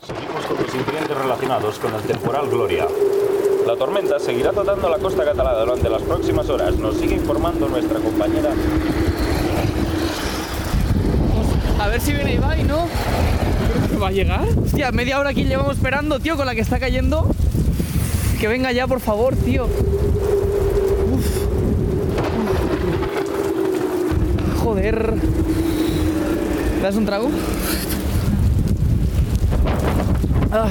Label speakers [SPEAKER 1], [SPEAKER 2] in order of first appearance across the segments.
[SPEAKER 1] problemas con los incidentes relacionados con el temporal Gloria. La tormenta seguirá azotando la costa catalana durante las próximas horas, nos sigue informando nuestra compañera.
[SPEAKER 2] A ver si viene Ibai, ¿no? Creo que va a llegar. Hostia, media hora aquí llevamos esperando, tío, con la que está cayendo. Que venga ya, por favor, tío. Uf. Joder. ¿Me das un trago? Ah.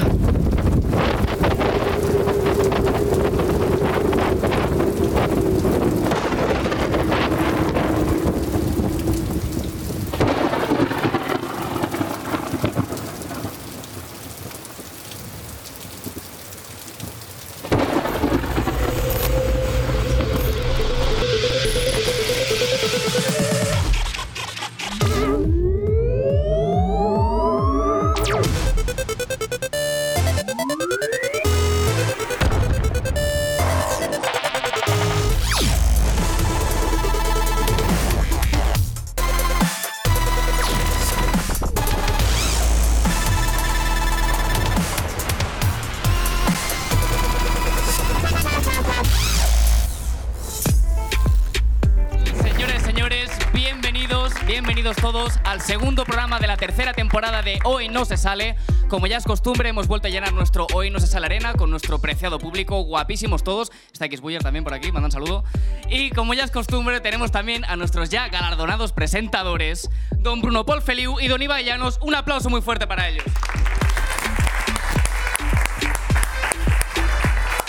[SPEAKER 3] Señores, señores, bienvenidos, bienvenidos todos al segundo programa de la tercera temporada de Hoy No Se Sale. Como ya es costumbre, hemos vuelto a llenar nuestro Hoy No Se Sale Arena con nuestro preciado público, guapísimos todos. Está Xbuyer también por aquí, manda un saludo. Y como ya es costumbre, tenemos también a nuestros ya galardonados presentadores, don Bruno Paul Feliu y don Ibai Llanos. Un aplauso muy fuerte para ellos.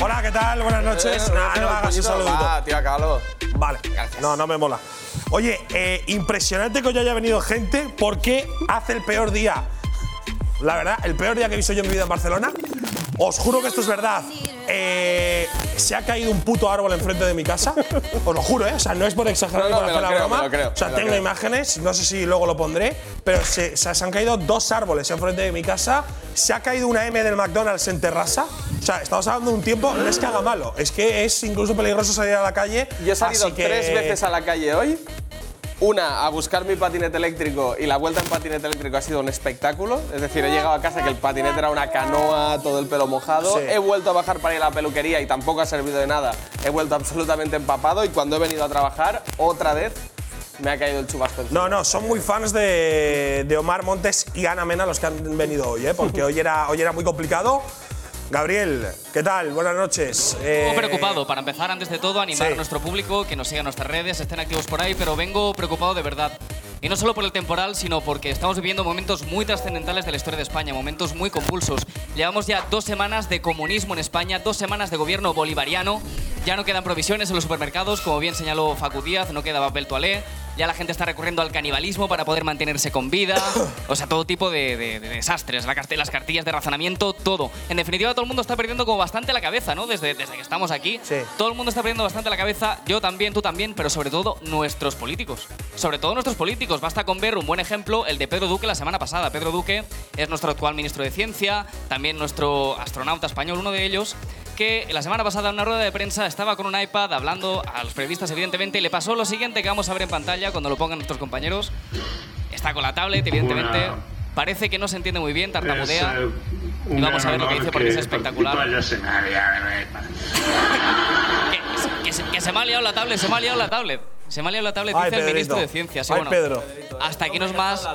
[SPEAKER 4] Hola, ¿qué tal? Buenas noches. Nah, no hagas un saludito.
[SPEAKER 5] tira calo.
[SPEAKER 4] Vale. No, no me mola. Oye, eh, impresionante que hoy haya venido gente porque hace el peor día. La verdad, el peor día que he visto yo en mi vida en Barcelona. Os juro que esto es verdad. Eh, se ha caído un puto árbol enfrente de mi casa. Os lo juro, ¿eh? O sea, no es por exagerar
[SPEAKER 5] No,
[SPEAKER 4] ni
[SPEAKER 5] no,
[SPEAKER 4] por
[SPEAKER 5] me
[SPEAKER 4] hacer
[SPEAKER 5] lo
[SPEAKER 4] la
[SPEAKER 5] creo,
[SPEAKER 4] broma.
[SPEAKER 5] me lo creo,
[SPEAKER 4] o sea,
[SPEAKER 5] me lo
[SPEAKER 4] tengo
[SPEAKER 5] creo.
[SPEAKER 4] imágenes, no sé si luego lo pondré, pero se, o sea, se han caído dos árboles enfrente de mi casa. Se ha caído una M del McDonald's en terraza. O sea, estamos hablando de un tiempo, no es que haga malo, es que es incluso peligroso salir a la calle.
[SPEAKER 5] Yo he salido
[SPEAKER 4] así que-
[SPEAKER 5] tres veces a la calle hoy. Una, a buscar mi patinete eléctrico y la vuelta en patinete eléctrico ha sido un espectáculo. Es decir, he llegado a casa que el patinete era una canoa, todo el pelo mojado.
[SPEAKER 4] Sí.
[SPEAKER 5] He vuelto a bajar para ir a la peluquería y tampoco ha servido de nada. He vuelto absolutamente empapado y cuando he venido a trabajar, otra vez me ha caído el chubasco. encima.
[SPEAKER 4] No, no, son muy fans de, de Omar Montes y Ana Mena los que han venido hoy, ¿eh? porque hoy era, hoy era muy complicado. Gabriel, ¿qué tal? Buenas noches. Eh,
[SPEAKER 3] Vengo preocupado. Para empezar, antes de todo, animar
[SPEAKER 4] sí.
[SPEAKER 3] a nuestro público que nos siga en nuestras redes, estén activos por ahí, pero vengo preocupado de verdad. Y no solo por el temporal, sino porque estamos viviendo momentos muy trascendentales de la historia de España, momentos muy convulsos. Llevamos ya dos semanas de comunismo en España, dos semanas de gobierno bolivariano. Ya no quedan provisiones en los supermercados, como bien señaló Facu Díaz, no queda papel toalé. Ya la gente está recurriendo al canibalismo para poder mantenerse con vida. O sea, todo tipo de, de- de desastres. La cart- las cartillas de razonamiento, todo. En definitiva, todo el mundo está perdiendo como bastante la cabeza, ¿no? Desde, desde que estamos aquí.
[SPEAKER 4] Sí.
[SPEAKER 3] Todo el mundo está perdiendo bastante la cabeza. Yo también, tú también, pero sobre todo nuestros políticos. Sobre todo nuestros políticos. Basta con ver un buen ejemplo, el de Pedro Duque la semana pasada. Pedro Duque es nuestro actual ministro de Ciencia, también nuestro astronauta español, uno de ellos que la semana pasada en una rueda de prensa estaba con un iPad hablando a los periodistas, evidentemente, y le pasó lo siguiente que vamos a ver en pantalla cuando lo pongan nuestros compañeros. Está con la tablet, evidentemente.
[SPEAKER 6] Una-
[SPEAKER 3] Parece que no se entiende muy bien,
[SPEAKER 6] Es,
[SPEAKER 3] tartamudea.
[SPEAKER 6] eh,
[SPEAKER 3] Y
[SPEAKER 6] un
[SPEAKER 3] vamos a ver lo que
[SPEAKER 6] gran
[SPEAKER 3] dice
[SPEAKER 6] honor
[SPEAKER 3] porque es
[SPEAKER 6] que
[SPEAKER 3] espectacular.
[SPEAKER 6] participa en la escenaria.
[SPEAKER 3] Que, se- que se, que se me ha liado la tablet, se me ha liado la tablet. Se me ha liado la tablet,
[SPEAKER 4] Ay,
[SPEAKER 3] dice el
[SPEAKER 4] Pedrito.
[SPEAKER 3] ministro de Ciencia. Sí,
[SPEAKER 4] Ay,
[SPEAKER 3] bueno,
[SPEAKER 4] Pedro.
[SPEAKER 3] Hasta aquí no es más.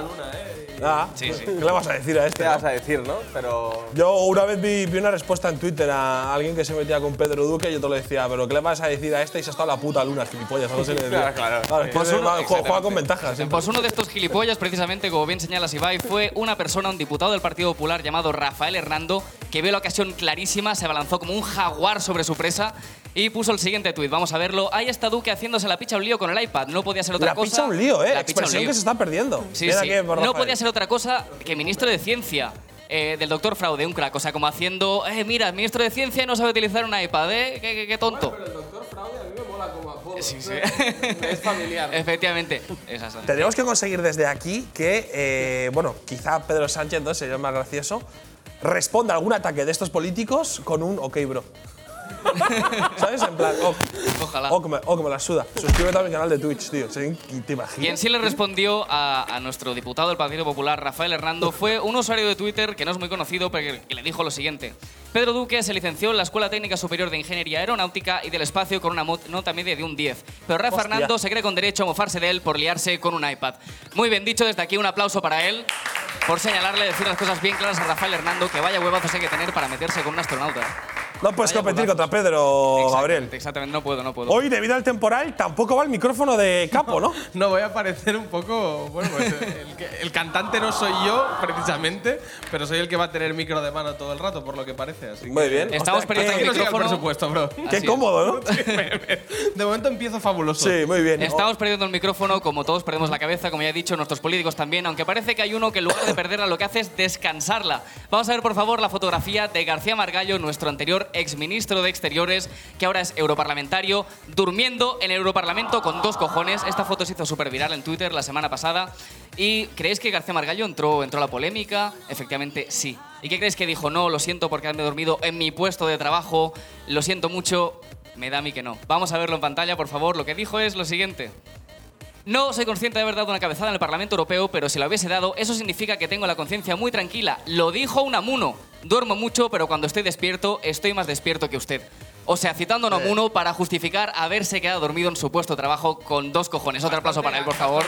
[SPEAKER 4] ah,
[SPEAKER 3] Sí, sí.
[SPEAKER 4] ¿Qué le vas a decir a este?
[SPEAKER 5] ¿Qué
[SPEAKER 4] no?
[SPEAKER 5] vas a decir, no? Pero.
[SPEAKER 4] Yo una vez vi, vi una respuesta en Twitter a alguien que se metía con Pedro Duque y yo te lo decía, pero ¿qué le vas a decir a este y se ha estado la puta luna, gilipollas? Algo así le decía.
[SPEAKER 5] Claro, claro.
[SPEAKER 4] Claro, es que
[SPEAKER 3] Pues uno-
[SPEAKER 4] va- juega, juega con
[SPEAKER 3] exactamente.
[SPEAKER 4] ventajas. ¿eh? siempre.
[SPEAKER 3] Pues uno de estos gilipollas, precisamente, como bien señalas Ibai, fue una persona, un diputado del Partido Popular llamado Rafael Hernando, que vio la ocasión clarísima, se abalanzó como un jaguar sobre su presa y puso el siguiente tuit. Vamos a verlo. Ahí está Duque haciéndose la picha un lío con el iPad. No podía ser otra
[SPEAKER 4] La
[SPEAKER 3] cosa.
[SPEAKER 4] picha un lío, ¿eh?
[SPEAKER 3] La picha un
[SPEAKER 4] Expresión
[SPEAKER 3] lío.
[SPEAKER 4] que se está perdiendo.
[SPEAKER 3] Sí,
[SPEAKER 4] Bien
[SPEAKER 3] sí.
[SPEAKER 4] aquí, por
[SPEAKER 3] No
[SPEAKER 4] Rafael.
[SPEAKER 3] podía ser otra cosa que ministro de Ciencia. eh, del doctor Fraude, un crack, o sea, como haciendo, eh, mira, el ministro de Ciencia no sabe utilizar un iPad, ¿eh? Qué, qué- qué tonto. Sí, sí.
[SPEAKER 5] Es familiar.
[SPEAKER 3] Efectivamente. Esas son.
[SPEAKER 4] Tendríamos que conseguir desde aquí que, eh, bueno, quizá Pedro Sánchez, no sería más gracioso, responda a algún ataque de estos políticos con un ok, bro. ¿Sabes? En plan, oh,
[SPEAKER 3] Ojalá.
[SPEAKER 4] oh, que me, oh, que me la suda. Suscríbete a mi canal de Twitch, tío. Sí, y ¿Te imaginas?
[SPEAKER 3] Quien sí le respondió a, a nuestro diputado del Partido Popular, Rafael Hernando, fue un usuario de Twitter que no es muy conocido, pero que le dijo lo siguiente. Pedro Duque se licenció en la Escuela Técnica Superior de Ingeniería Aeronáutica y del Espacio con una mo- nota media de un 10. Pero Rafa
[SPEAKER 4] Hostia.
[SPEAKER 3] Hernando se cree con derecho a mofarse de él por liarse con un iPad. Muy bien dicho, desde aquí un aplauso para él por señalarle, decir las cosas bien claras a Rafael Hernando, que vaya huevazos hay que tener para meterse con un astronauta.
[SPEAKER 4] No puedes
[SPEAKER 3] Vaya
[SPEAKER 4] competir
[SPEAKER 3] putazos.
[SPEAKER 4] contra Pedro,
[SPEAKER 3] Exactamente,
[SPEAKER 4] Oh, Gabriel.
[SPEAKER 3] exactamente, no puedo, no puedo.
[SPEAKER 4] Hoy, debido al temporal, tampoco va el micrófono de capo, ¿no?
[SPEAKER 6] No, voy a parecer un poco. Bueno, pues, el, que- el cantante no soy yo, precisamente, pero soy el que va a tener micro de mano todo el rato, por lo que parece. Así que-
[SPEAKER 4] Muy bien.
[SPEAKER 3] Estamos
[SPEAKER 4] Hostia,
[SPEAKER 3] perdiendo
[SPEAKER 6] Hasta que
[SPEAKER 4] qué,
[SPEAKER 6] nos llegue el
[SPEAKER 3] micrófono.
[SPEAKER 6] presupuesto, bro.
[SPEAKER 3] Así
[SPEAKER 4] qué
[SPEAKER 3] es.
[SPEAKER 4] cómodo, ¿no?
[SPEAKER 6] De momento empiezo fabuloso.
[SPEAKER 4] Sí, muy bien.
[SPEAKER 3] Estamos perdiendo el micrófono, como todos perdemos la cabeza, como ya he dicho, nuestros políticos también, aunque parece que hay uno que en lugar de perderla lo que hace es descansarla. Vamos a ver, por favor, la fotografía de García Margallo, nuestro anterior exministro de Exteriores, que ahora es europarlamentario, durmiendo en el Europarlamento con dos cojones. Esta foto se hizo súper viral en Twitter la semana pasada. ¿Y creéis que García Margallo entró, entró a la polémica? Efectivamente, sí. ¿Y qué creéis que dijo? No, lo siento por quedarme dormido en mi puesto de trabajo, lo siento mucho, me da a mí que no. Vamos a verlo en pantalla, por favor. Lo que dijo es lo siguiente. No soy consciente de haber dado una cabezada en el Parlamento Europeo, pero si la hubiese dado, eso significa que tengo la conciencia muy tranquila. Lo dijo Unamuno. Duermo mucho, pero cuando estoy despierto, estoy más despierto que usted. O sea, citando a Unamuno para justificar haberse quedado dormido en su puesto de trabajo con dos cojones. Otro aplauso para él, por favor.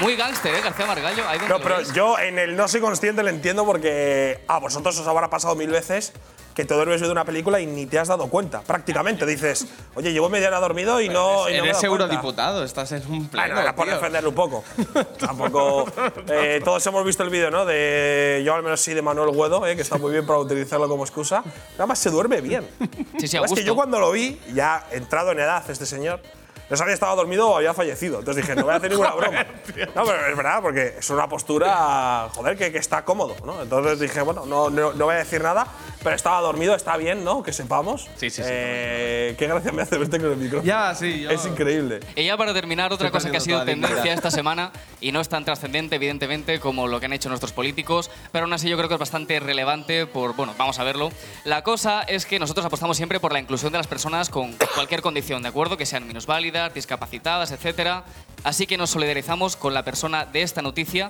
[SPEAKER 3] Muy gángster, ¿eh? García Margallo. Ahí donde
[SPEAKER 4] No,
[SPEAKER 3] lo
[SPEAKER 4] pero
[SPEAKER 3] veis.
[SPEAKER 4] yo en el no soy consciente le entiendo porque a vosotros os habrá pasado mil veces que te duermes de una película y ni te has dado cuenta. Prácticamente dices, oye, llevo media hora dormido y no. y no me he
[SPEAKER 6] Eres
[SPEAKER 4] dado cuenta".
[SPEAKER 6] eurodiputado, estás en un pleno.
[SPEAKER 4] Bueno, era por
[SPEAKER 6] tío.
[SPEAKER 4] defenderlo un poco. Tampoco. eh, todos hemos visto el vídeo, ¿no? De. Yo al menos sí, de Manuel Guedo, eh, que está muy bien para utilizarlo como excusa. Nada más se duerme bien.
[SPEAKER 3] Sí, sí, a
[SPEAKER 4] Además
[SPEAKER 3] gusto.
[SPEAKER 4] que yo cuando lo vi, ya entrado en edad este señor, no sabía si estaba dormido o había fallecido. Entonces dije, no voy a hacer ninguna broma. No, pero es verdad, porque es una postura, joder, que, que está cómodo, ¿no? Entonces dije, bueno, no, no, no voy a decir nada, pero estaba dormido, está bien, ¿no? Que sepamos.
[SPEAKER 6] Sí, sí, sí.
[SPEAKER 4] Eh, qué gracia me hace verte con el micrófono.
[SPEAKER 6] Ya, sí, yo-
[SPEAKER 4] Es increíble.
[SPEAKER 3] Y ya para terminar, otra
[SPEAKER 6] Estoy
[SPEAKER 3] cosa que ha
[SPEAKER 6] perdiendo
[SPEAKER 3] sido
[SPEAKER 6] toda
[SPEAKER 3] tendencia
[SPEAKER 6] dignidad.
[SPEAKER 3] esta semana y no es tan trascendente, evidentemente, como lo que han hecho nuestros políticos, pero aún así yo creo que es bastante relevante por, bueno, vamos a verlo. La cosa es que nosotros apostamos siempre por la inclusión de las personas con cualquier condición, ¿de acuerdo? Que sean minusválidas, discapacitadas, etcétera. Así que nos solidarizamos con la persona de esta noticia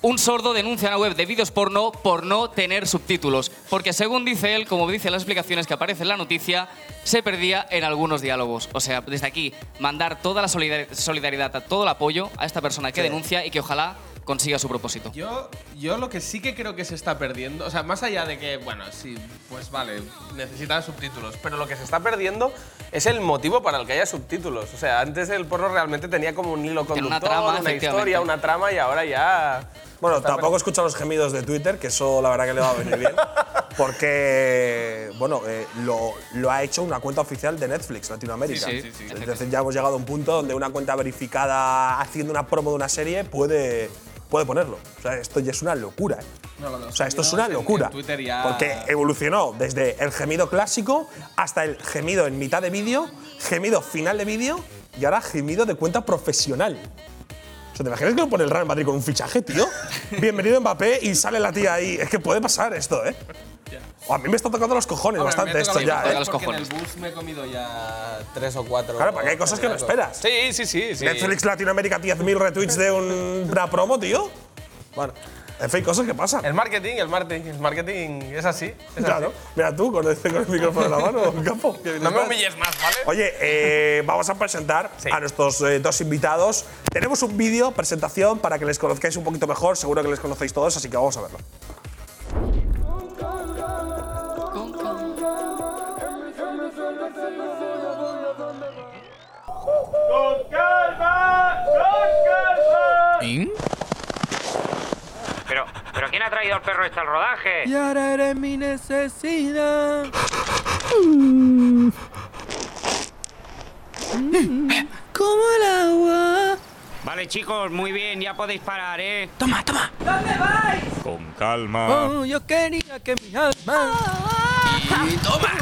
[SPEAKER 3] un sordo denuncia en la web de vídeos porno por no tener subtítulos, porque según dice él, como dicen las explicaciones que aparecen en la noticia, se perdía en algunos diálogos. O sea, desde aquí, mandar toda la solidar- solidaridad, todo el apoyo a esta persona que denuncia y que ojalá consiga su propósito.
[SPEAKER 6] Yo, yo lo que sí que creo que se está perdiendo, o sea, más allá de que, bueno, sí, pues vale, necesitan subtítulos, pero lo que se está
[SPEAKER 5] está perdiendo es el motivo para el que haya subtítulos. O sea, antes el porno realmente tenía como un hilo
[SPEAKER 3] Tiene
[SPEAKER 5] conductor,
[SPEAKER 3] una trama,
[SPEAKER 5] una,
[SPEAKER 3] efectivamente.
[SPEAKER 5] historia, una trama y ahora ya.
[SPEAKER 4] Bueno, tampoco escucho los gemidos de Twitter, que eso la verdad que le va a venir bien. Porque, bueno, eh, lo, lo ha hecho una cuenta oficial de Netflix Latinoamérica.
[SPEAKER 3] Sí, sí, sí, sí.
[SPEAKER 4] Entonces ya hemos llegado a un punto donde una cuenta verificada haciendo una promo de una serie puede, puede ponerlo. O sea, esto ya es una locura. ¿eh?
[SPEAKER 6] No, lo de los
[SPEAKER 4] o sea, esto es
[SPEAKER 6] gemidos
[SPEAKER 4] una
[SPEAKER 6] en-
[SPEAKER 4] locura.
[SPEAKER 6] en Twitter ya-
[SPEAKER 4] Porque evolucionó desde el gemido clásico hasta el gemido en mitad de vídeo, gemido final de vídeo y ahora gemido de cuenta profesional. O sea, ¿te imaginas que lo pone el Real Madrid con un fichaje, tío? Bienvenido Mbappé y sale la tía ahí. Es que puede pasar esto, ¿eh? O a mí me está tocando los cojones
[SPEAKER 6] Hombre,
[SPEAKER 4] bastante
[SPEAKER 6] me
[SPEAKER 4] esto
[SPEAKER 6] toca
[SPEAKER 4] ya,
[SPEAKER 6] porque
[SPEAKER 4] ¿eh?
[SPEAKER 3] los cojones.
[SPEAKER 6] En el bus me he comido ya tres o cuatro.
[SPEAKER 4] Claro, porque hay cosas que no esperas.
[SPEAKER 5] Sí, sí, sí. sí.
[SPEAKER 4] Netflix Latinoamérica, 10.000 retweets de un- una promo, tío. Bueno, en fin, cosas que pasan.
[SPEAKER 5] El marketing, el marketing, el marketing es así. es
[SPEAKER 4] Claro, mira tú con el, con el micrófono en la mano, capo. que
[SPEAKER 5] así. No me
[SPEAKER 4] estás.
[SPEAKER 5] humilles más, ¿vale?
[SPEAKER 4] Oye, eh, vamos a presentar a nuestros eh, dos invitados. Tenemos un vídeo, presentación, para que les conozcáis un poquito mejor. Seguro que les conocéis todos, así que vamos a verlo.
[SPEAKER 7] Pero, pero ¿quién ha traído al perro este al rodaje?
[SPEAKER 2] Y ahora eres mi necesidad. Como el agua.
[SPEAKER 7] Vale, chicos, muy bien, ya podéis parar, ¿eh?
[SPEAKER 2] Toma, toma.
[SPEAKER 8] Con calma.
[SPEAKER 2] Oh, yo quería que mi alma. Y toma.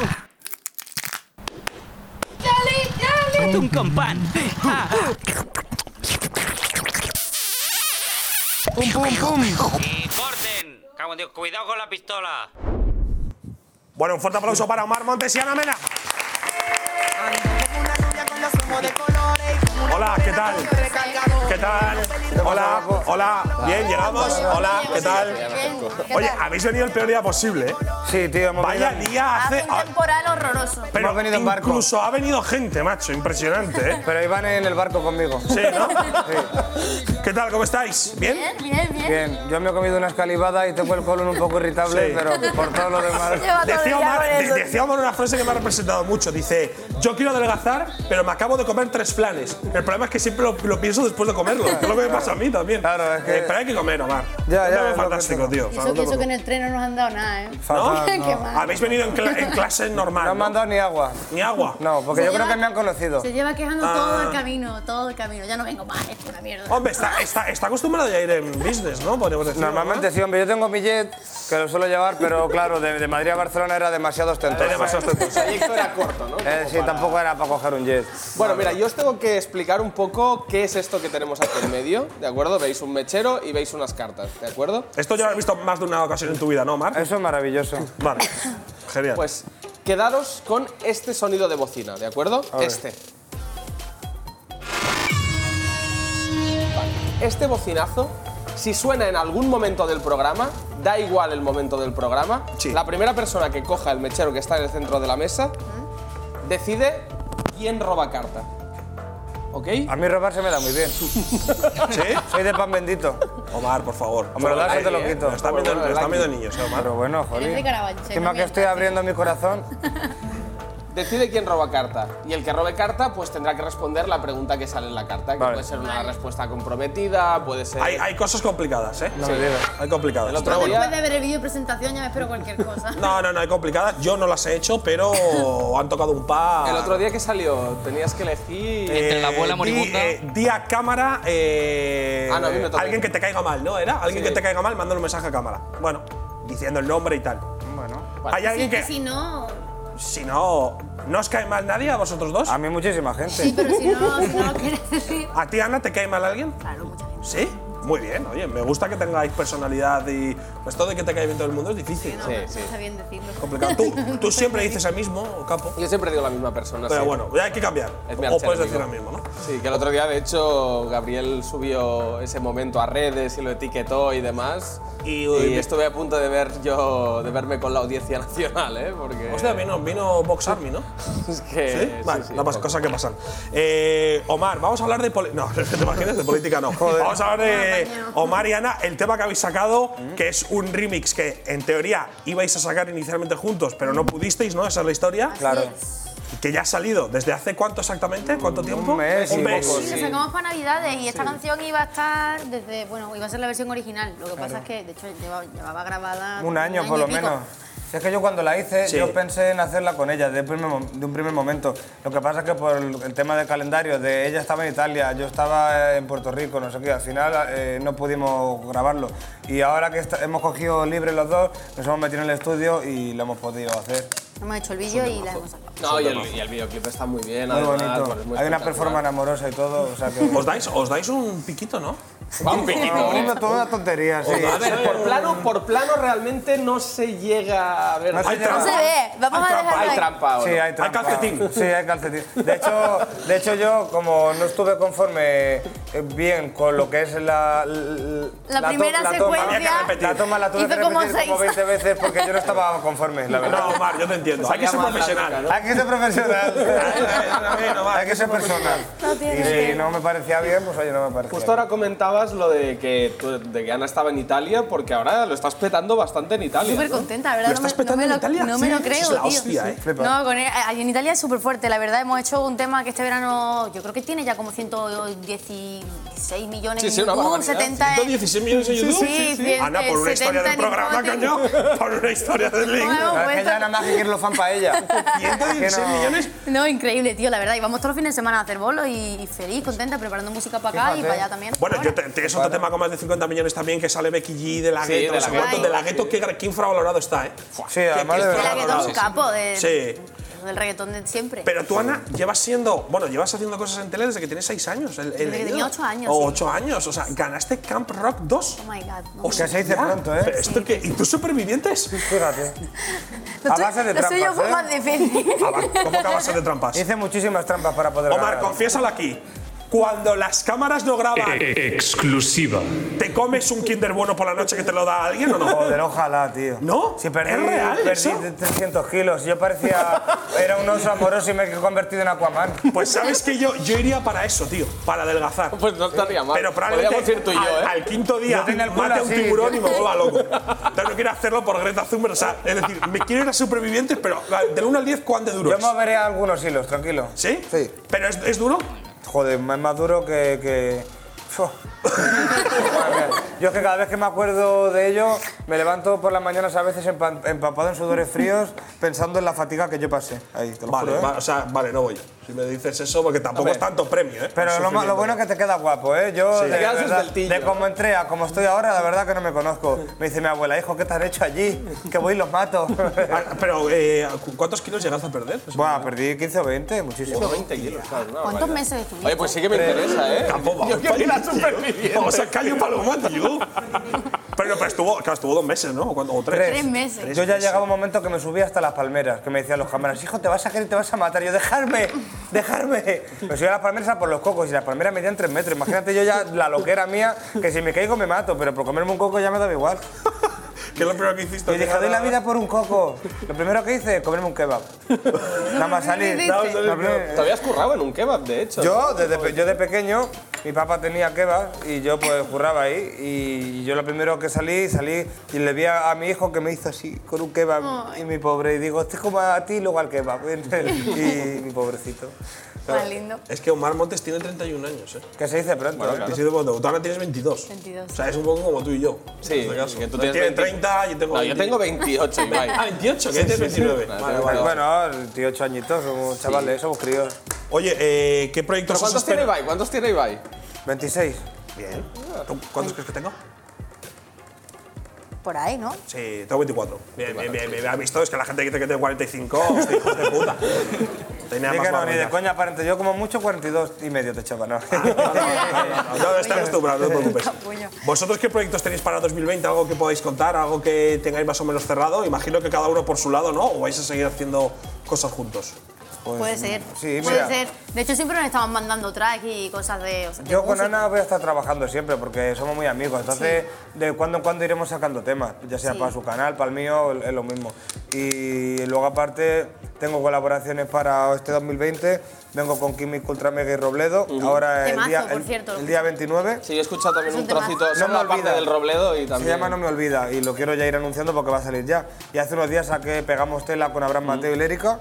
[SPEAKER 2] Dale, dale. Un compán. Ah,
[SPEAKER 7] ¡Y corten! Cago en Dios, ¡Cuidado con la pistola!
[SPEAKER 4] Bueno, un fuerte aplauso para Omar Montes y Ana Mena. Hola, ¿qué tal? ¿Qué tal? Hola, hola, bien, llegamos. Hola, ¿qué tal? Oye, habéis venido el peor día posible, ¿eh?
[SPEAKER 9] Sí, tío, hemos
[SPEAKER 4] Vaya
[SPEAKER 9] venido-
[SPEAKER 4] día hace.
[SPEAKER 10] Hace un temporal horroroso.
[SPEAKER 4] Pero
[SPEAKER 9] Hemos venido en barco.
[SPEAKER 4] incluso ha venido gente, macho, impresionante, ¿eh?
[SPEAKER 9] Pero iban en el barco conmigo.
[SPEAKER 4] Sí, ¿no? ¿Qué tal? ¿Cómo estáis? ¿Bien?
[SPEAKER 10] Bien, bien, bien.
[SPEAKER 9] Bien, yo me he comido una escalivada y tengo el colon un poco irritable,
[SPEAKER 4] Sí.
[SPEAKER 9] pero por todo lo demás.
[SPEAKER 10] Lleva todo el
[SPEAKER 4] Decía
[SPEAKER 10] día
[SPEAKER 4] Omar,
[SPEAKER 10] con
[SPEAKER 4] de-
[SPEAKER 10] eso.
[SPEAKER 4] decía Omar una frase que me ha representado mucho. Dice, yo quiero adelgazar, pero me acabo de comer tres flanes. El problema es que siempre lo, lo pienso después de comerlo. Es lo que me pasa a mí también.
[SPEAKER 9] Claro, es que-
[SPEAKER 4] Eh, pero hay que comer, Omar.
[SPEAKER 9] Ya, ya,
[SPEAKER 4] Comer
[SPEAKER 9] es lo que
[SPEAKER 4] fantástico,
[SPEAKER 9] tengo.
[SPEAKER 4] tío.
[SPEAKER 10] Y eso, que eso que en el tren no nos han dado nada, ¿eh?
[SPEAKER 9] Fatal,
[SPEAKER 10] Qué
[SPEAKER 9] no.
[SPEAKER 10] mal.
[SPEAKER 4] Habéis venido en, cla- en clase normal,
[SPEAKER 9] No han
[SPEAKER 4] ¿no?
[SPEAKER 9] mandado ni agua.
[SPEAKER 4] Ni agua.
[SPEAKER 9] No, porque
[SPEAKER 10] Se
[SPEAKER 9] yo creo
[SPEAKER 10] lleva-
[SPEAKER 9] que me han conocido.
[SPEAKER 10] Se lleva quejando
[SPEAKER 4] Ah.
[SPEAKER 10] todo el camino, todo el camino. Ya no vengo más, esto es una mierda.
[SPEAKER 4] Hombre, está, está, está acostumbrado ya a ir en business, ¿no? Podríamos decir.
[SPEAKER 9] Normalmente sí, hombre, yo tengo mi jet, que lo suelo llevar, pero claro, de, de Madrid a Barcelona era demasiado ostentoso.
[SPEAKER 4] Tenemos
[SPEAKER 5] El trayecto era corto, ¿no?
[SPEAKER 9] Eh, sí, tampoco era para coger un jet.
[SPEAKER 5] Bueno, mira, yo os tengo que explicar un poco qué es esto que tenemos aquí en medio, ¿de acuerdo? Veis un mechero y veis unas cartas, ¿de acuerdo?
[SPEAKER 4] Esto ya lo has visto más de una ocasión en tu vida, ¿no, Omar?
[SPEAKER 9] Eso es maravilloso.
[SPEAKER 4] Vale. Genial.
[SPEAKER 5] Pues quedaros con este sonido de bocina, ¿de acuerdo?
[SPEAKER 9] ver.
[SPEAKER 5] Este. Vale. Este bocinazo, si suena en algún momento del programa, da igual el momento del programa,
[SPEAKER 4] Sí.
[SPEAKER 5] la primera persona que coja el mechero que está en el centro de la mesa decide quién roba carta. ¿Ok?
[SPEAKER 4] Ah.
[SPEAKER 9] A mí robar se me da muy bien.
[SPEAKER 4] ¿Sí?
[SPEAKER 9] Soy de pan bendito.
[SPEAKER 4] Omar, por favor.
[SPEAKER 9] Hombre, lo das o
[SPEAKER 4] Ay,
[SPEAKER 9] te lo
[SPEAKER 4] eh,
[SPEAKER 9] quito.
[SPEAKER 4] Lo están viendo, lo están viendo niños, ¿eh, Omar.
[SPEAKER 9] Pero bueno,
[SPEAKER 10] Eres de
[SPEAKER 9] jolín.
[SPEAKER 10] Carabanchel,
[SPEAKER 9] Encima
[SPEAKER 10] no
[SPEAKER 9] que estoy
[SPEAKER 10] mientas.
[SPEAKER 9] abriendo mi corazón.
[SPEAKER 5] Decide quién roba carta. Y el que robe carta, pues tendrá que responder la pregunta que sale en la carta, que
[SPEAKER 9] Vale.
[SPEAKER 5] puede ser una respuesta comprometida, puede ser.
[SPEAKER 4] Hay, hay cosas complicadas, ¿eh?
[SPEAKER 9] No me digas.
[SPEAKER 4] Hay complicadas.
[SPEAKER 5] El otro
[SPEAKER 4] pero bueno.
[SPEAKER 5] día-
[SPEAKER 10] Después de ver el vídeo de presentación ya me espero cualquier cosa.
[SPEAKER 4] No, no, no, hay complicadas. Yo no las he hecho, pero han tocado un par.
[SPEAKER 5] El otro día que salió, tenías que elegir.
[SPEAKER 4] Eh.
[SPEAKER 3] Entre la abuela
[SPEAKER 4] di,
[SPEAKER 3] moribunda.
[SPEAKER 4] eh, di a cámara. eh,
[SPEAKER 5] Ah, no, a mí me toca.
[SPEAKER 4] alguien que te caiga mal, ¿no? ¿Era? Alguien
[SPEAKER 5] Sí.
[SPEAKER 4] que te caiga mal, mandando un mensaje a cámara. Bueno, diciendo el nombre y tal.
[SPEAKER 9] Bueno.
[SPEAKER 5] Vale.
[SPEAKER 4] Hay
[SPEAKER 10] Si
[SPEAKER 4] alguien
[SPEAKER 10] es que
[SPEAKER 4] que.
[SPEAKER 10] si no,
[SPEAKER 4] Si no. ¿No os cae mal nadie a vosotros dos?
[SPEAKER 9] A mí muchísima gente.
[SPEAKER 10] pero si no, si no lo quieres decir.
[SPEAKER 4] ¿A ti, Ana, te cae mal alguien?
[SPEAKER 10] Claro, mucha gente.
[SPEAKER 4] Sí. Muy bien, oye, me gusta que tengáis personalidad y. Esto de que te caiga bien todo el mundo es difícil.
[SPEAKER 10] No,
[SPEAKER 5] Sí,
[SPEAKER 10] no
[SPEAKER 5] sí.
[SPEAKER 10] está bien decirlo.
[SPEAKER 4] Complicado. Tú, tú siempre dices el mismo, capo.
[SPEAKER 5] Yo siempre digo la misma persona.
[SPEAKER 4] Pero
[SPEAKER 5] sí.
[SPEAKER 4] bueno, ya hay que cambiar.
[SPEAKER 5] Es mi
[SPEAKER 4] O puedes decir lo
[SPEAKER 5] archienemigo.
[SPEAKER 4] mismo, ¿no?
[SPEAKER 5] Sí, que el otro día, de hecho, Gabriel subió ese momento a redes y lo etiquetó y demás.
[SPEAKER 4] Y-
[SPEAKER 5] Y, estuve a punto de ver yo, de verme con la audiencia nacional, ¿eh? Porque.
[SPEAKER 4] Hostia, vino, vino Box Army, ¿no?
[SPEAKER 5] Es que.
[SPEAKER 4] ¿Sí? Vale,
[SPEAKER 5] sí, sí,
[SPEAKER 4] no pasa-
[SPEAKER 5] un poco.
[SPEAKER 4] cosas que pasan. Eh, Omar, vamos a hablar de política. No, ¿te imaginas? De política no. Vamos a hablar de Omar y Ana, el tema que habéis sacado, que es un remix que en teoría ibais a sacar inicialmente juntos, pero no pudisteis, ¿no? Esa es la historia.
[SPEAKER 9] Claro.
[SPEAKER 4] Que ya ha salido. ¿Desde hace cuánto exactamente? ¿Cuánto tiempo?
[SPEAKER 9] mes y poco,
[SPEAKER 4] Pues
[SPEAKER 10] Sí,
[SPEAKER 5] Sí.
[SPEAKER 10] lo sacamos para Navidades y esta canción iba a estar desde. Bueno, iba a ser la versión original. Lo que pasa es que, de hecho, llevaba, llevaba grabada.
[SPEAKER 9] Un año
[SPEAKER 10] y
[SPEAKER 9] por lo
[SPEAKER 10] pico.
[SPEAKER 9] menos. Si es que yo cuando la hice,
[SPEAKER 4] Sí.
[SPEAKER 9] yo pensé en hacerla con ella de, primer mom- de un primer momento. Lo que pasa es que por el el tema del calendario, de ella estaba en Italia, yo estaba en Puerto Rico, no sé qué, al final eh, no pudimos grabarlo. Y ahora que esta- hemos cogido libre los dos, nos hemos metido en el estudio y lo hemos podido hacer.
[SPEAKER 10] Hemos hecho el vídeo y la hemos sacado.
[SPEAKER 5] No, y el, y el videoclip está muy bien,
[SPEAKER 9] Muy
[SPEAKER 5] además,
[SPEAKER 9] bonito.
[SPEAKER 5] porque es pues, muy
[SPEAKER 9] Hay una
[SPEAKER 5] espectacular.
[SPEAKER 9] performance amorosa y todo. O sea que...
[SPEAKER 4] ¿Os dais, os dais un piquito, ¿no?
[SPEAKER 5] Va un
[SPEAKER 9] No,
[SPEAKER 5] piquito, ¿eh?
[SPEAKER 9] una, toda una tontería, sí.
[SPEAKER 5] A ver, por plano, por plano realmente no se llega a ver.
[SPEAKER 9] No se Hay llega.
[SPEAKER 10] No se ve, vamos a dejarlo
[SPEAKER 5] Hay
[SPEAKER 10] ahí.
[SPEAKER 5] trampa ahora.
[SPEAKER 9] Sí, hay trampa.
[SPEAKER 4] calcetín.
[SPEAKER 9] Sí, hay calcetín. De hecho, de hecho yo, como no estuve conforme eh, bien con lo que es la... l-
[SPEAKER 10] La
[SPEAKER 9] to-
[SPEAKER 10] primera
[SPEAKER 9] toma-
[SPEAKER 10] secuencia Había que
[SPEAKER 4] repetir.
[SPEAKER 9] La toma la tuve que
[SPEAKER 10] Hizo como
[SPEAKER 9] repetir como
[SPEAKER 10] seis.
[SPEAKER 9] 20 veces porque yo no estaba conforme, la verdad.
[SPEAKER 4] No, Omar, yo te entiendo. Hay que ser
[SPEAKER 5] Salía más la
[SPEAKER 4] profesional.
[SPEAKER 5] loca,
[SPEAKER 9] Hay que ser profesional.
[SPEAKER 4] Omar,
[SPEAKER 9] Hay que ser personal.
[SPEAKER 10] No
[SPEAKER 9] Y
[SPEAKER 10] tiene
[SPEAKER 9] si
[SPEAKER 10] sentido.
[SPEAKER 9] no me parecía bien, pues oye, no me parecía
[SPEAKER 5] Justo ahora comentabas lo de que, tú- de que Ana estaba en Italia, porque ahora lo estás petando bastante en Italia.
[SPEAKER 10] Súper
[SPEAKER 5] ¿no?
[SPEAKER 10] contenta, la verdad.
[SPEAKER 4] ¿Lo estás
[SPEAKER 10] no me-
[SPEAKER 4] petando en
[SPEAKER 10] no me,
[SPEAKER 4] Italia?
[SPEAKER 10] lo, no
[SPEAKER 4] Sí,
[SPEAKER 10] me lo
[SPEAKER 4] eso
[SPEAKER 10] creo,
[SPEAKER 4] es la
[SPEAKER 10] tío.
[SPEAKER 4] hostia, ¿eh?
[SPEAKER 9] Flipa.
[SPEAKER 10] No, con él- ahí en Italia es súper fuerte. La verdad, hemos hecho un tema que este verano yo creo que tiene ya como 116 millones
[SPEAKER 5] Sí, sí,
[SPEAKER 10] en
[SPEAKER 5] una
[SPEAKER 10] YouTube,
[SPEAKER 5] barbaridad.
[SPEAKER 10] 70 en-
[SPEAKER 4] 116 millones en
[SPEAKER 10] Sí,
[SPEAKER 4] YouTube.
[SPEAKER 10] sí, sí.
[SPEAKER 4] Ana, por una
[SPEAKER 10] 70
[SPEAKER 4] historia del
[SPEAKER 10] en
[SPEAKER 4] programa,
[SPEAKER 10] Spotify.
[SPEAKER 4] cañón. Por una historia del link.
[SPEAKER 10] Bueno,
[SPEAKER 9] No, es que
[SPEAKER 10] puesto-
[SPEAKER 9] ya nada más que quieren los fan para ella. Es
[SPEAKER 4] 116
[SPEAKER 9] que no-
[SPEAKER 4] millones.
[SPEAKER 10] No, increíble, tío, la verdad. Y vamos todos los fines de semana a hacer bolos y, y feliz, contenta, preparando música para acá y
[SPEAKER 9] Fíjate.
[SPEAKER 10] para allá también.
[SPEAKER 4] Bueno, yo te, te- es otro tema con más de 50 millones también que sale Becky G de la
[SPEAKER 5] Sí,
[SPEAKER 4] gueto,
[SPEAKER 5] de
[SPEAKER 4] no sé
[SPEAKER 5] la
[SPEAKER 4] cuánto,
[SPEAKER 10] Gueto.
[SPEAKER 4] de la gueto, qué, qué infravalorado está, ¿eh?
[SPEAKER 9] Sí, además de
[SPEAKER 10] De la
[SPEAKER 9] verdad.
[SPEAKER 10] que todo un capo. De,
[SPEAKER 4] Sí.
[SPEAKER 10] del reggaetón de siempre.
[SPEAKER 4] Pero tú, Ana, llevas siendo. Bueno, llevas haciendo cosas en tele desde que tienes 6 años. el- el
[SPEAKER 10] Desde que
[SPEAKER 4] leído.
[SPEAKER 10] tenía ocho años,
[SPEAKER 4] O
[SPEAKER 10] sí.
[SPEAKER 4] 8 años. O sea, ganaste Camp Rock 2.
[SPEAKER 10] Oh my god. no.
[SPEAKER 4] O sea,
[SPEAKER 9] se dice
[SPEAKER 4] ya.
[SPEAKER 9] pronto, ¿eh?
[SPEAKER 4] Pero ¿Esto qué? ¿Y tú supervivientes?
[SPEAKER 9] Fíjate.
[SPEAKER 10] Lo
[SPEAKER 9] A
[SPEAKER 10] tu-
[SPEAKER 9] base de
[SPEAKER 10] lo suyo
[SPEAKER 9] trampas,
[SPEAKER 10] fue
[SPEAKER 9] ¿eh?
[SPEAKER 10] más difícil.
[SPEAKER 4] Ah, va, ¿Cómo que a base de trampas?
[SPEAKER 9] Hice muchísimas trampas para poder
[SPEAKER 4] Omar,
[SPEAKER 9] ganar.
[SPEAKER 4] confiésalo aquí. Cuando las cámaras no graban,
[SPEAKER 8] Exclusiva.
[SPEAKER 4] ¿te comes un Kinder bueno por la noche que te lo da alguien o no?
[SPEAKER 9] Joder, ojalá, tío.
[SPEAKER 4] ¿No?
[SPEAKER 9] Si perdí,
[SPEAKER 4] ¿Es real
[SPEAKER 9] perdí
[SPEAKER 4] eso?
[SPEAKER 9] 300 kilos. Yo parecía. Era un oso amoroso y me he convertido en Aquaman.
[SPEAKER 4] Pues sabes que yo, yo iría para eso, tío, para adelgazar.
[SPEAKER 5] Pues no estaría mal.
[SPEAKER 4] Pero
[SPEAKER 5] Podríamos
[SPEAKER 4] probablemente
[SPEAKER 5] ir tú y yo,
[SPEAKER 4] al,
[SPEAKER 5] ¿eh?
[SPEAKER 4] al quinto día
[SPEAKER 9] Yo tenía el culo
[SPEAKER 4] mate a un
[SPEAKER 9] así,
[SPEAKER 4] tiburón
[SPEAKER 9] tío.
[SPEAKER 4] y me vuelva loco. Entonces no quiero hacerlo por Greta Thunberg. O sea, es decir, me quiero ir a supervivientes, pero ah, del 1 al 10, ¿cuán de duro
[SPEAKER 9] Yo
[SPEAKER 4] es?
[SPEAKER 9] moveré algunos hilos, tranquilo.
[SPEAKER 4] Pues- ¿Sí?
[SPEAKER 9] Sí.
[SPEAKER 4] ¿Pero es, es duro?
[SPEAKER 9] Joder, más más duro que. que... Fua. Madre mía. Yo es que cada vez que me acuerdo de ello, me levanto por las mañanas a veces empa- empapado en sudores fríos, pensando en la fatiga que yo pasé. Ahí, te lo
[SPEAKER 4] Vale,
[SPEAKER 9] juro, ¿eh?
[SPEAKER 4] va- o sea, vale, no voy. Si me dices eso, porque tampoco es tanto premio, ¿eh?
[SPEAKER 9] Pero lo, ma- lo bueno es que te queda guapo, ¿eh? Yo, de,
[SPEAKER 5] quedas
[SPEAKER 9] verdad,
[SPEAKER 5] esbeltillo.
[SPEAKER 9] de como entré a como estoy ahora, la verdad que no me conozco. Me dice mi abuela, hijo, ¿qué te has hecho allí? Que voy y los mato.
[SPEAKER 4] Ah, Pero, eh, ¿cu- ¿cuántos kilos llegaste a perder?
[SPEAKER 9] Buah, perdí 15 o 20, muchísimo.
[SPEAKER 5] 20 kilos, claro, una
[SPEAKER 10] ¿Cuántos
[SPEAKER 5] barbaridad.
[SPEAKER 10] meses estuviste?
[SPEAKER 5] Oye, pues sí que me interesa, ¿eh?
[SPEAKER 4] Tampoco.
[SPEAKER 5] Yo quiero ir a supervivientes.
[SPEAKER 4] Vamos a Cayo Paloma, tío. Pero, pero estuvo, claro, estuvo dos meses, ¿no? ¿O, cuánto? ¿O tres?
[SPEAKER 10] Tres meses.
[SPEAKER 9] Yo ya llegaba un momento que me subía hasta las palmeras, que me decían los cámaras, hijo, te vas a caer y te vas a matar. Y Yo, dejarme, dejarme. Me subía a las palmeras a por los cocos y las palmeras medían tres metros. Imagínate yo ya la loquera mía, que si me caigo me mato, pero por comerme un coco ya me daba igual.
[SPEAKER 4] ¿Qué es lo primero que hiciste?
[SPEAKER 9] Y dije, doy la vida por un coco. Lo primero que hice, comerme un kebab. Nada más salir.
[SPEAKER 10] Dice.
[SPEAKER 9] Nada más salir.
[SPEAKER 5] Te habías currado en un kebab, de hecho.
[SPEAKER 9] Yo, desde pe- yo de pequeño, mi papá tenía kebab y yo pues curraba ahí. Y yo lo primero que salí, salí y le vi a, a mi hijo que me hizo así con un kebab y mi pobre. Y digo, este es como a ti y luego al kebab. y mi pobrecito.
[SPEAKER 10] Más lindo.
[SPEAKER 4] Es que Omar Montes tiene 31 años, ¿eh?
[SPEAKER 9] Que se dice pronto. ¿eh?
[SPEAKER 4] Y si te pongo, Tú ahora tienes 22.
[SPEAKER 10] 22.
[SPEAKER 4] O sea, es un poco como tú y yo.
[SPEAKER 5] Sí,
[SPEAKER 4] En este caso.
[SPEAKER 5] que tú
[SPEAKER 4] Él tiene
[SPEAKER 5] tienes 20.
[SPEAKER 4] 30, yo tengo
[SPEAKER 5] No, yo
[SPEAKER 4] 20.
[SPEAKER 5] tengo 28, Ibai.
[SPEAKER 4] Ah, 28, que tienes 29.
[SPEAKER 5] Vale,
[SPEAKER 4] Vale,
[SPEAKER 5] vale,
[SPEAKER 4] vale.
[SPEAKER 9] Bueno, 18 añitos, somos chavales, somos críos.
[SPEAKER 4] Oye, eh, ¿qué
[SPEAKER 5] ¿Pero
[SPEAKER 4] proyectos os
[SPEAKER 5] cuántos tiene
[SPEAKER 4] esperan?
[SPEAKER 5] Ibai? ¿Cuántos tiene Ibai?
[SPEAKER 9] 26.
[SPEAKER 4] Bien. ¿Tú ¿Cuántos crees que tengo?
[SPEAKER 10] Por ahí, ¿no?
[SPEAKER 9] Pues
[SPEAKER 4] Sí, tengo 24. Bien, bien, bien. bien. ¿Has visto? Es que la gente dice que tengo 45. Hostia, hijos de puta. Tenía
[SPEAKER 9] Ni
[SPEAKER 4] más
[SPEAKER 9] que no, ni
[SPEAKER 4] barbaridad.
[SPEAKER 9] de coña aparente. Yo como mucho 42 y medio te echaba, ¿no?
[SPEAKER 4] No, está acostumbrado, no te preocupes.
[SPEAKER 10] Capullo.
[SPEAKER 4] ¿Vosotros qué proyectos tenéis para 2020? ¿Algo que podáis contar? ¿Algo que tengáis más o menos cerrado? Imagino que cada uno por su lado, ¿no? ¿O vais a seguir haciendo cosas juntos?
[SPEAKER 10] Puede ser.
[SPEAKER 9] Pues mm, sí,
[SPEAKER 10] puede
[SPEAKER 9] mira.
[SPEAKER 10] ser. De hecho, siempre nos estaban mandando tracks y cosas de. o sea, de
[SPEAKER 9] Yo con
[SPEAKER 10] música.
[SPEAKER 9] Ana voy a estar trabajando siempre porque somos muy amigos. Entonces, de cuando en cuando iremos sacando temas, ya sea
[SPEAKER 10] Sí.
[SPEAKER 9] para su canal, para el mío, es lo mismo. Y luego, aparte, tengo colaboraciones para este 2020. Vengo con Químico Ultra Mega y Robledo. Ahora, el
[SPEAKER 10] Temazo,
[SPEAKER 9] día,
[SPEAKER 10] por
[SPEAKER 9] el-
[SPEAKER 10] cierto, lo
[SPEAKER 9] el día 29.
[SPEAKER 5] Sí, yo he escuchado también
[SPEAKER 10] Es un
[SPEAKER 5] un trocito,
[SPEAKER 10] temazo.
[SPEAKER 5] solo
[SPEAKER 9] No me
[SPEAKER 5] la parte
[SPEAKER 9] olvida.
[SPEAKER 5] del Robledo y también...
[SPEAKER 9] Se llama No me olvida y lo quiero ya ir anunciando porque va a salir ya. Y hace unos días saqué Pegamos Tela con Abraham Mateo y Lérica.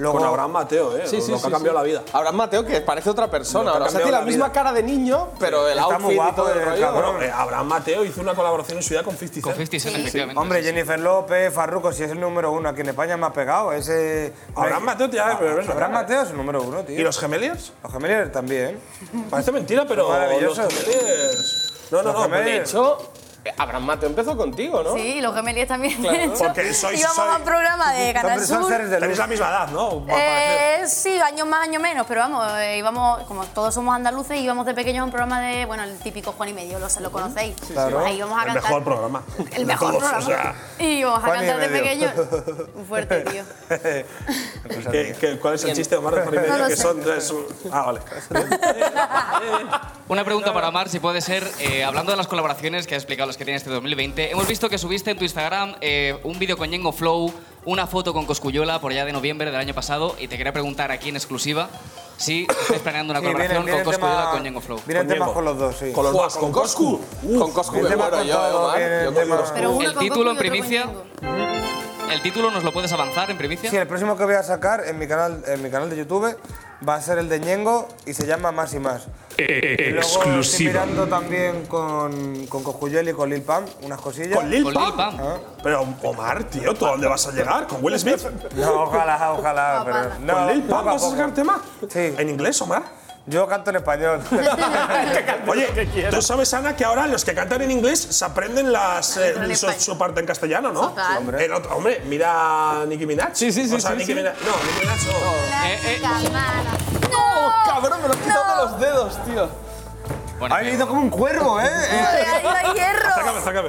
[SPEAKER 9] Luego,
[SPEAKER 4] Con Abraham Mateo, ¿eh?
[SPEAKER 5] Sí, sí,
[SPEAKER 4] Lo que
[SPEAKER 5] sí,
[SPEAKER 4] ha cambiado la
[SPEAKER 5] sí.
[SPEAKER 4] vida.
[SPEAKER 5] Abraham Mateo, que parece otra
[SPEAKER 4] No,
[SPEAKER 5] persona.
[SPEAKER 4] te ha
[SPEAKER 5] ahora. O sea, tiene
[SPEAKER 4] cambiado
[SPEAKER 5] la,
[SPEAKER 4] la
[SPEAKER 5] misma
[SPEAKER 4] vida.
[SPEAKER 5] cara de niño, pero el
[SPEAKER 9] Está muy
[SPEAKER 5] outfit y
[SPEAKER 9] guapo
[SPEAKER 5] todo el
[SPEAKER 9] el
[SPEAKER 5] rollo.
[SPEAKER 9] cabrón.
[SPEAKER 4] Bueno, eh, Abraham Mateo hizo una colaboración en su día con 50
[SPEAKER 3] Con
[SPEAKER 4] Cent.
[SPEAKER 3] 50 Cent, efectivamente.
[SPEAKER 9] Hombre, Jennifer López, Farruko, si es el número uno aquí en España, me ha pegado. Ese.
[SPEAKER 4] Abraham Mateo, tía, pero es verdad.
[SPEAKER 9] Abraham Mateo es el número uno, tío.
[SPEAKER 4] ¿Y los gemeliers?
[SPEAKER 9] Los gemelos también.
[SPEAKER 4] Parece mentira, pero los
[SPEAKER 9] Maravilloso.
[SPEAKER 4] gemeliers... No, no,
[SPEAKER 9] Los
[SPEAKER 4] no.
[SPEAKER 5] De
[SPEAKER 9] gemeliers.
[SPEAKER 5] hecho, eh, Abraham Mateo empezó contigo, ¿no?
[SPEAKER 10] Sí, los gemelos también. de hecho,
[SPEAKER 4] Porque sois-
[SPEAKER 10] Íbamos
[SPEAKER 4] sois-
[SPEAKER 10] a un programa de Canal
[SPEAKER 9] Son, son
[SPEAKER 10] Sur.
[SPEAKER 9] seres de
[SPEAKER 4] Tenéis
[SPEAKER 9] luz.
[SPEAKER 4] la misma edad, ¿no? Va a parecer.
[SPEAKER 10] Eh, sí, años más, años menos, pero vamos, eh, íbamos, como todos somos andaluces, íbamos de pequeños a un programa de, bueno, el típico Juan y Medio, lo, lo conocéis.
[SPEAKER 9] Claro.
[SPEAKER 10] Ahí íbamos a
[SPEAKER 4] El
[SPEAKER 10] cantar.
[SPEAKER 4] mejor programa.
[SPEAKER 10] El
[SPEAKER 4] De
[SPEAKER 10] mejor
[SPEAKER 4] todos,
[SPEAKER 10] programa.
[SPEAKER 4] O sea,
[SPEAKER 10] y íbamos a
[SPEAKER 9] Juan y
[SPEAKER 10] cantar de
[SPEAKER 9] Medio.
[SPEAKER 10] pequeños. Un fuerte, tío.
[SPEAKER 9] Pues
[SPEAKER 4] ¿qué- qué- ¿Cuál es el chiste, Omar, de Juan y medio?
[SPEAKER 10] No lo
[SPEAKER 4] que
[SPEAKER 10] sé.
[SPEAKER 4] son tres... un- Ah, vale.
[SPEAKER 3] Una pregunta para Omar, si puede ser. Eh, hablando de las colaboraciones que has explicado, las que tienes este 2020, hemos visto que subiste en tu Instagram eh, un vídeo con Yengo Flow, una foto con Coscuyuela por allá de noviembre del año pasado, y te quería preguntar aquí en exclusiva si estás planeando una
[SPEAKER 9] Sí,
[SPEAKER 3] colaboración
[SPEAKER 9] vienen-
[SPEAKER 3] Ah, con
[SPEAKER 9] vienen
[SPEAKER 3] Coscuyuela
[SPEAKER 9] tema-
[SPEAKER 3] con Yengo Flow.
[SPEAKER 9] Vienen
[SPEAKER 4] Con
[SPEAKER 9] temas
[SPEAKER 4] Ñengo.
[SPEAKER 9] con los dos, sí.
[SPEAKER 4] Con los
[SPEAKER 5] Buah,
[SPEAKER 4] dos,
[SPEAKER 5] con Coscu. Con Coscu me
[SPEAKER 9] Vienen temas
[SPEAKER 5] muero
[SPEAKER 9] con
[SPEAKER 5] yo, eh,
[SPEAKER 9] todo,
[SPEAKER 5] Omar.
[SPEAKER 9] vienen
[SPEAKER 5] Yo con
[SPEAKER 9] temas-
[SPEAKER 5] Coscu.
[SPEAKER 10] Pero uno
[SPEAKER 3] El
[SPEAKER 10] con
[SPEAKER 3] título
[SPEAKER 10] Coco
[SPEAKER 3] en
[SPEAKER 10] y otro con
[SPEAKER 3] primicia.
[SPEAKER 10] Ñengo.
[SPEAKER 3] ¿El título nos lo puedes avanzar en primicia?
[SPEAKER 9] Sí, el próximo que voy a sacar en mi canal, en mi canal de YouTube va a ser el de Ñengo y se llama Más y Más. Y luego estoy
[SPEAKER 8] Exclusiva.
[SPEAKER 9] mirando también con, con Coscuyuel y con Lil Pam unas cosillas.
[SPEAKER 4] Con Lil
[SPEAKER 3] Con
[SPEAKER 4] Pam.
[SPEAKER 3] Lil Pam.
[SPEAKER 4] Pero Omar, tío, ¿tú a dónde vas a llegar? ¿Con Will Smith?
[SPEAKER 9] No, ojalá, ojalá, pero.
[SPEAKER 10] Papá.
[SPEAKER 9] No,
[SPEAKER 4] ¿Con Lil
[SPEAKER 9] poco
[SPEAKER 4] Pam vas a
[SPEAKER 9] poco.
[SPEAKER 4] sacar tema?
[SPEAKER 9] Sí.
[SPEAKER 4] ¿En inglés, Omar?
[SPEAKER 9] Yo canto en español.
[SPEAKER 4] Oye, tú sabes, Ana, que ahora los que cantan en inglés se aprenden las, eh,
[SPEAKER 9] Cantan Ah, en
[SPEAKER 4] su,
[SPEAKER 9] español.
[SPEAKER 4] su parte en castellano, ¿no?
[SPEAKER 9] Total. Sí, hombre.
[SPEAKER 4] El otro- hombre, mira a Nicki Minaj. Sí, sí, sí. O sea, Nicki Minaj. No, Nicki Minaj no.
[SPEAKER 3] Eh,
[SPEAKER 10] ¡No!
[SPEAKER 5] ¡Cabrón, me lo has quitado de los dedos, tío!
[SPEAKER 9] Ha venido como un cuervo, ¿eh?
[SPEAKER 10] ¡Ay, hierro!
[SPEAKER 4] Sácame, sácame.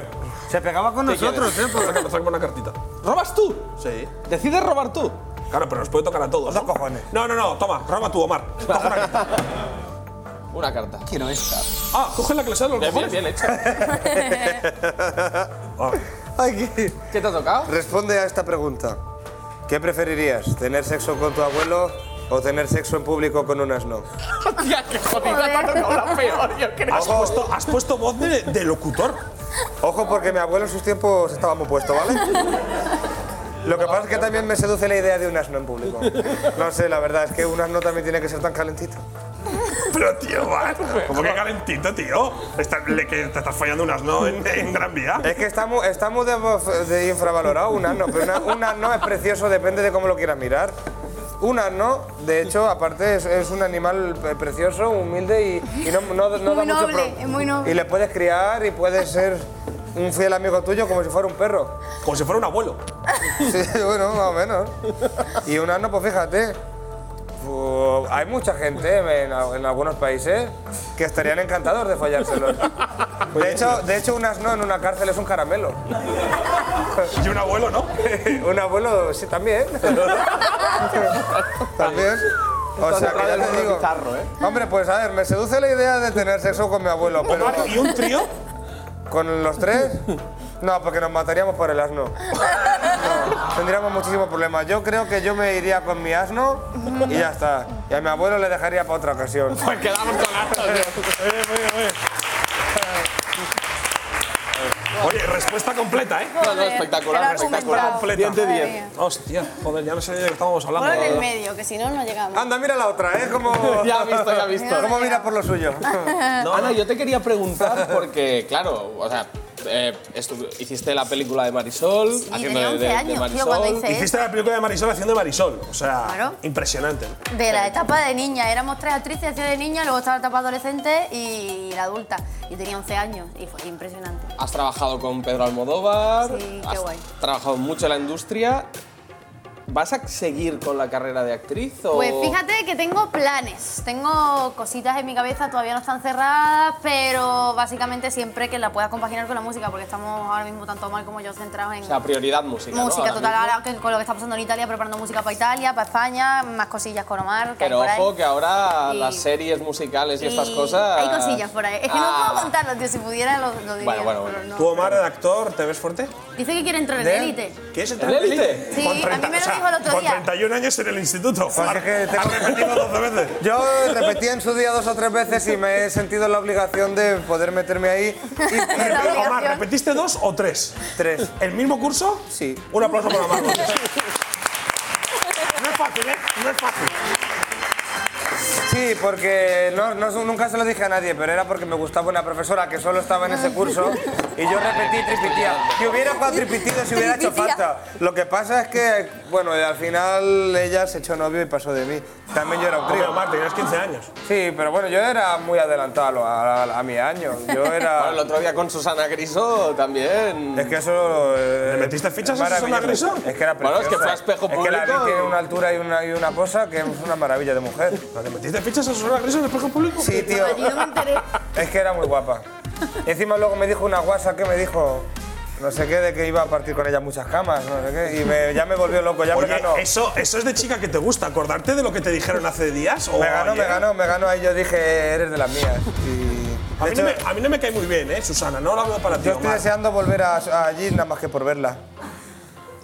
[SPEAKER 9] Se pegaba con
[SPEAKER 4] ¿Qué
[SPEAKER 9] nosotros, ¿eh?
[SPEAKER 4] quieres? Sácame, sácame una cartita.
[SPEAKER 5] ¿Robas tú?
[SPEAKER 4] Sí.
[SPEAKER 5] ¿Decides robar tú?
[SPEAKER 4] Claro, pero nos puede tocar a todos.
[SPEAKER 9] Dos cojones.
[SPEAKER 4] No, no, no, toma, roba tú, Omar. Coge una carta.
[SPEAKER 5] Una carta. Quiero esta.
[SPEAKER 4] Ah, coge la que le sale a los
[SPEAKER 5] Bien, bien,
[SPEAKER 4] cojones.
[SPEAKER 5] bien hecha.
[SPEAKER 9] Oh. Ay, qué-
[SPEAKER 5] ¿Qué te ha tocado?
[SPEAKER 9] Responde a esta pregunta. ¿Qué preferirías? ¿Tener sexo con tu abuelo o tener sexo en público con un asno?
[SPEAKER 5] Tía, qué jodida, te ha tocado la peor, yo creo.
[SPEAKER 4] Has puesto, has puesto voz de, de locutor.
[SPEAKER 9] Ojo, porque mi abuelo en sus tiempos estaba muy puesto, ¿vale? Lo que pasa es que también me seduce la idea de un asno en público. No sé, la verdad es que un asno también tiene que ser tan calentito.
[SPEAKER 4] Pero, tío, man, como que calentito, tío. Está- le, que te estás fallando unas, ¿no? En, en Gran Vía.
[SPEAKER 9] Es que está muy, está muy de, de infravalorado un asno, pero una- un asno es precioso, depende de cómo lo quieras mirar. Un asno, de hecho, aparte es, es un animal pre- precioso, humilde y, y no, no- no da
[SPEAKER 10] Muy
[SPEAKER 9] mucho
[SPEAKER 10] noble, es muy noble.
[SPEAKER 9] Y le puedes criar y puedes ser un fiel amigo tuyo como si fuera un perro.
[SPEAKER 4] Como si fuera un abuelo.
[SPEAKER 9] Sí, bueno, más o menos. Y un asno, pues fíjate, fu- hay mucha gente en, al- en algunos países que estarían encantados de follárselos. De hecho, de hecho, un asno en una cárcel es un caramelo.
[SPEAKER 4] Y un abuelo, ¿no?
[SPEAKER 9] Un abuelo, sí, también. también. O sea, que ya te digo. Hombre, pues a ver, me seduce la idea de tener sexo con mi abuelo, pero
[SPEAKER 4] Omar, ¿y un trío?
[SPEAKER 9] con los tres. No, porque nos mataríamos por el asno. No, tendríamos muchísimos problemas. Yo creo que yo me iría con mi asno y ya está. Y a mi abuelo le dejaría para otra ocasión.
[SPEAKER 5] Pues quedamos con asno, tío.
[SPEAKER 4] Oye, respuesta completa, ¿eh?
[SPEAKER 5] No, no, espectacular,
[SPEAKER 10] Era
[SPEAKER 5] espectacular.
[SPEAKER 10] argumentado.
[SPEAKER 5] 10 de 10.
[SPEAKER 10] Madre mía.
[SPEAKER 4] Hostia, joder, ya no sé de qué estábamos hablando.
[SPEAKER 10] Ponlo en el medio, que si no, no llegamos.
[SPEAKER 9] Anda, mira la otra, ¿eh? Como...
[SPEAKER 5] Ya ha visto, ya ha visto.
[SPEAKER 9] Cómo mira por lo suyo.
[SPEAKER 5] Ana, yo te quería preguntar porque, claro, o sea, eh, estu- hiciste la película de Marisol,
[SPEAKER 10] Sí,
[SPEAKER 5] haciendo
[SPEAKER 10] tenía 11
[SPEAKER 5] de, de
[SPEAKER 10] años, tío,
[SPEAKER 5] Marisol.
[SPEAKER 10] cuando hice
[SPEAKER 4] Hiciste la película de Marisol haciendo de Marisol. O sea,
[SPEAKER 10] Claro.
[SPEAKER 4] impresionante.
[SPEAKER 10] De la etapa de niña, éramos tres actrices, hacía de niña, luego estaba la etapa adolescente y la adulta. Y tenía 11 años y fue impresionante.
[SPEAKER 5] Has trabajado con Pedro Almodóvar,
[SPEAKER 10] Sí, qué
[SPEAKER 5] has
[SPEAKER 10] guay.
[SPEAKER 5] trabajado mucho en la industria. ¿Vas a seguir con la carrera de actriz o...?
[SPEAKER 10] Pues fíjate que tengo planes, tengo cositas en mi cabeza, todavía no están cerradas, pero básicamente siempre que la pueda compaginar con la música, porque estamos ahora mismo tanto mal como yo centrados en
[SPEAKER 5] O sea, prioridad música, ¿no?
[SPEAKER 10] música
[SPEAKER 5] Ahora
[SPEAKER 10] total,
[SPEAKER 5] mismo.
[SPEAKER 10] ahora que- con lo que está pasando en Italia, preparando música para Italia, para España, más cosillas con Omar. que hay
[SPEAKER 5] Pero
[SPEAKER 10] por ahí.
[SPEAKER 5] ojo que ahora
[SPEAKER 10] Y-
[SPEAKER 5] las series musicales y, estas
[SPEAKER 10] Y
[SPEAKER 5] cosas...
[SPEAKER 10] Hay cosillas por ahí. Es que
[SPEAKER 5] Ah.
[SPEAKER 10] no puedo contarlo, tío. Si pudiera lo, lo diría.
[SPEAKER 5] Bueno, bueno, bueno.
[SPEAKER 10] pero no.
[SPEAKER 4] Tú, Omar, de actor, ¿te ves fuerte?
[SPEAKER 10] Dice que quiere entrar en
[SPEAKER 9] ¿De?
[SPEAKER 10] élite.
[SPEAKER 4] ¿Qué es
[SPEAKER 5] ¿En élite?
[SPEAKER 10] Sí, a mí me lo dijo el otro
[SPEAKER 4] Con
[SPEAKER 10] día.
[SPEAKER 4] 31 años en el instituto.
[SPEAKER 9] Pues es que tengo-
[SPEAKER 4] Has repetido 12 veces.
[SPEAKER 9] Yo repetí en su día dos o tres veces y me he sentido la obligación de poder meterme ahí. Y
[SPEAKER 4] Pero,
[SPEAKER 10] obligación.
[SPEAKER 4] Omar, ¿repetiste dos o tres?
[SPEAKER 9] tres.
[SPEAKER 4] ¿El mismo curso?
[SPEAKER 9] Sí.
[SPEAKER 4] Un aplauso para Omar. Gómez. No es fácil, ¿eh? No es fácil.
[SPEAKER 9] Sí, porque no, no- nunca se lo dije a nadie, pero era porque me gustaba una profesora que solo estaba en ese curso y yo repetí tripitía. Que hubiera cuatripitido si hubiera hecho
[SPEAKER 10] Tripitía.
[SPEAKER 9] falta. Lo que pasa es que, bueno, al final ella se echó novio y pasó de mí. También yo era un
[SPEAKER 4] Hombre,
[SPEAKER 9] crío.
[SPEAKER 4] Omar, tenías 15 años.
[SPEAKER 9] Sí, pero bueno, yo era muy adelantado a, a- a mi año. Yo
[SPEAKER 5] Bueno, el
[SPEAKER 9] era...
[SPEAKER 5] otro día con Susana Griso también...
[SPEAKER 9] Es que eso... eh,
[SPEAKER 4] ¿Le metiste fichas a Susana
[SPEAKER 9] maravilloso.
[SPEAKER 4] Griso?
[SPEAKER 9] Es que era
[SPEAKER 5] Bueno,
[SPEAKER 9] preciosa.
[SPEAKER 5] es que fue a espejo
[SPEAKER 9] Es que la vi
[SPEAKER 5] público.
[SPEAKER 9] tiene una altura y una, y una posa que es una maravilla de mujer.
[SPEAKER 4] ¿Le metiste fichas a Susana Griso en el espejo público?
[SPEAKER 9] Sí, tío.
[SPEAKER 10] Yo no me enteré.
[SPEAKER 9] Es que era muy guapa. Encima luego me dijo una guasa que me dijo no sé qué, de que iba a partir con ella muchas camas, no sé qué. Y me- ya me volvió loco, ya me
[SPEAKER 4] Oye,
[SPEAKER 9] ganó.
[SPEAKER 4] eso, eso es de chica que te gusta. ¿Acordarte de lo que te dijeron hace días? o
[SPEAKER 9] Me ganó, me
[SPEAKER 4] ayer?
[SPEAKER 9] ganó, me ganó. Ahí yo dije, eres de las mías. Y,
[SPEAKER 4] A
[SPEAKER 9] de
[SPEAKER 4] mí, no
[SPEAKER 9] hecho,
[SPEAKER 4] me, a mí no me cae muy bien, ¿eh, Susana? No la veo para ti,
[SPEAKER 9] yo estoy
[SPEAKER 4] Omar.
[SPEAKER 9] deseando volver a, a allí nada más que por verla.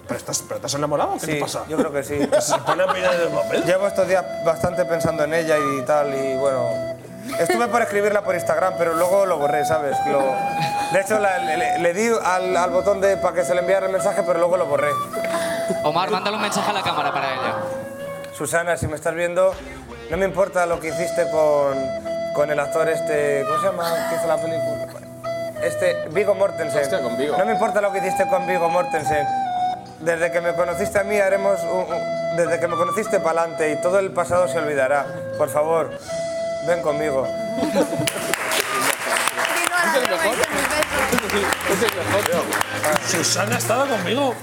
[SPEAKER 4] ¿Pero estás, pero estás enamorado o qué
[SPEAKER 9] Sí,
[SPEAKER 4] te pasa?
[SPEAKER 9] yo creo que sí.
[SPEAKER 4] Se pone a pedir el papel.
[SPEAKER 9] Llevo estos días bastante pensando en ella y tal, y bueno. Estuve por escribirla por Instagram, pero luego lo borré, ¿sabes? Lo- de hecho, la- le, le- le di al, al botón de para que se le enviara el mensaje, pero luego lo borré.
[SPEAKER 3] Omar, mándale un mensaje a la cámara para ella.
[SPEAKER 9] Susana, si me estás viendo, no me importa lo que hiciste con, con el actor este. ¿Cómo se llama? que hizo la película? Este, Vigo Mortensen.
[SPEAKER 5] Hostia, con Viggo.
[SPEAKER 9] No me importa lo que hiciste con Vigo Mortensen. Desde que me conociste a mí haremos. un- un- desde que me conociste para adelante y todo el pasado se olvidará. Por favor, ven conmigo.
[SPEAKER 4] Susana ha estado conmigo.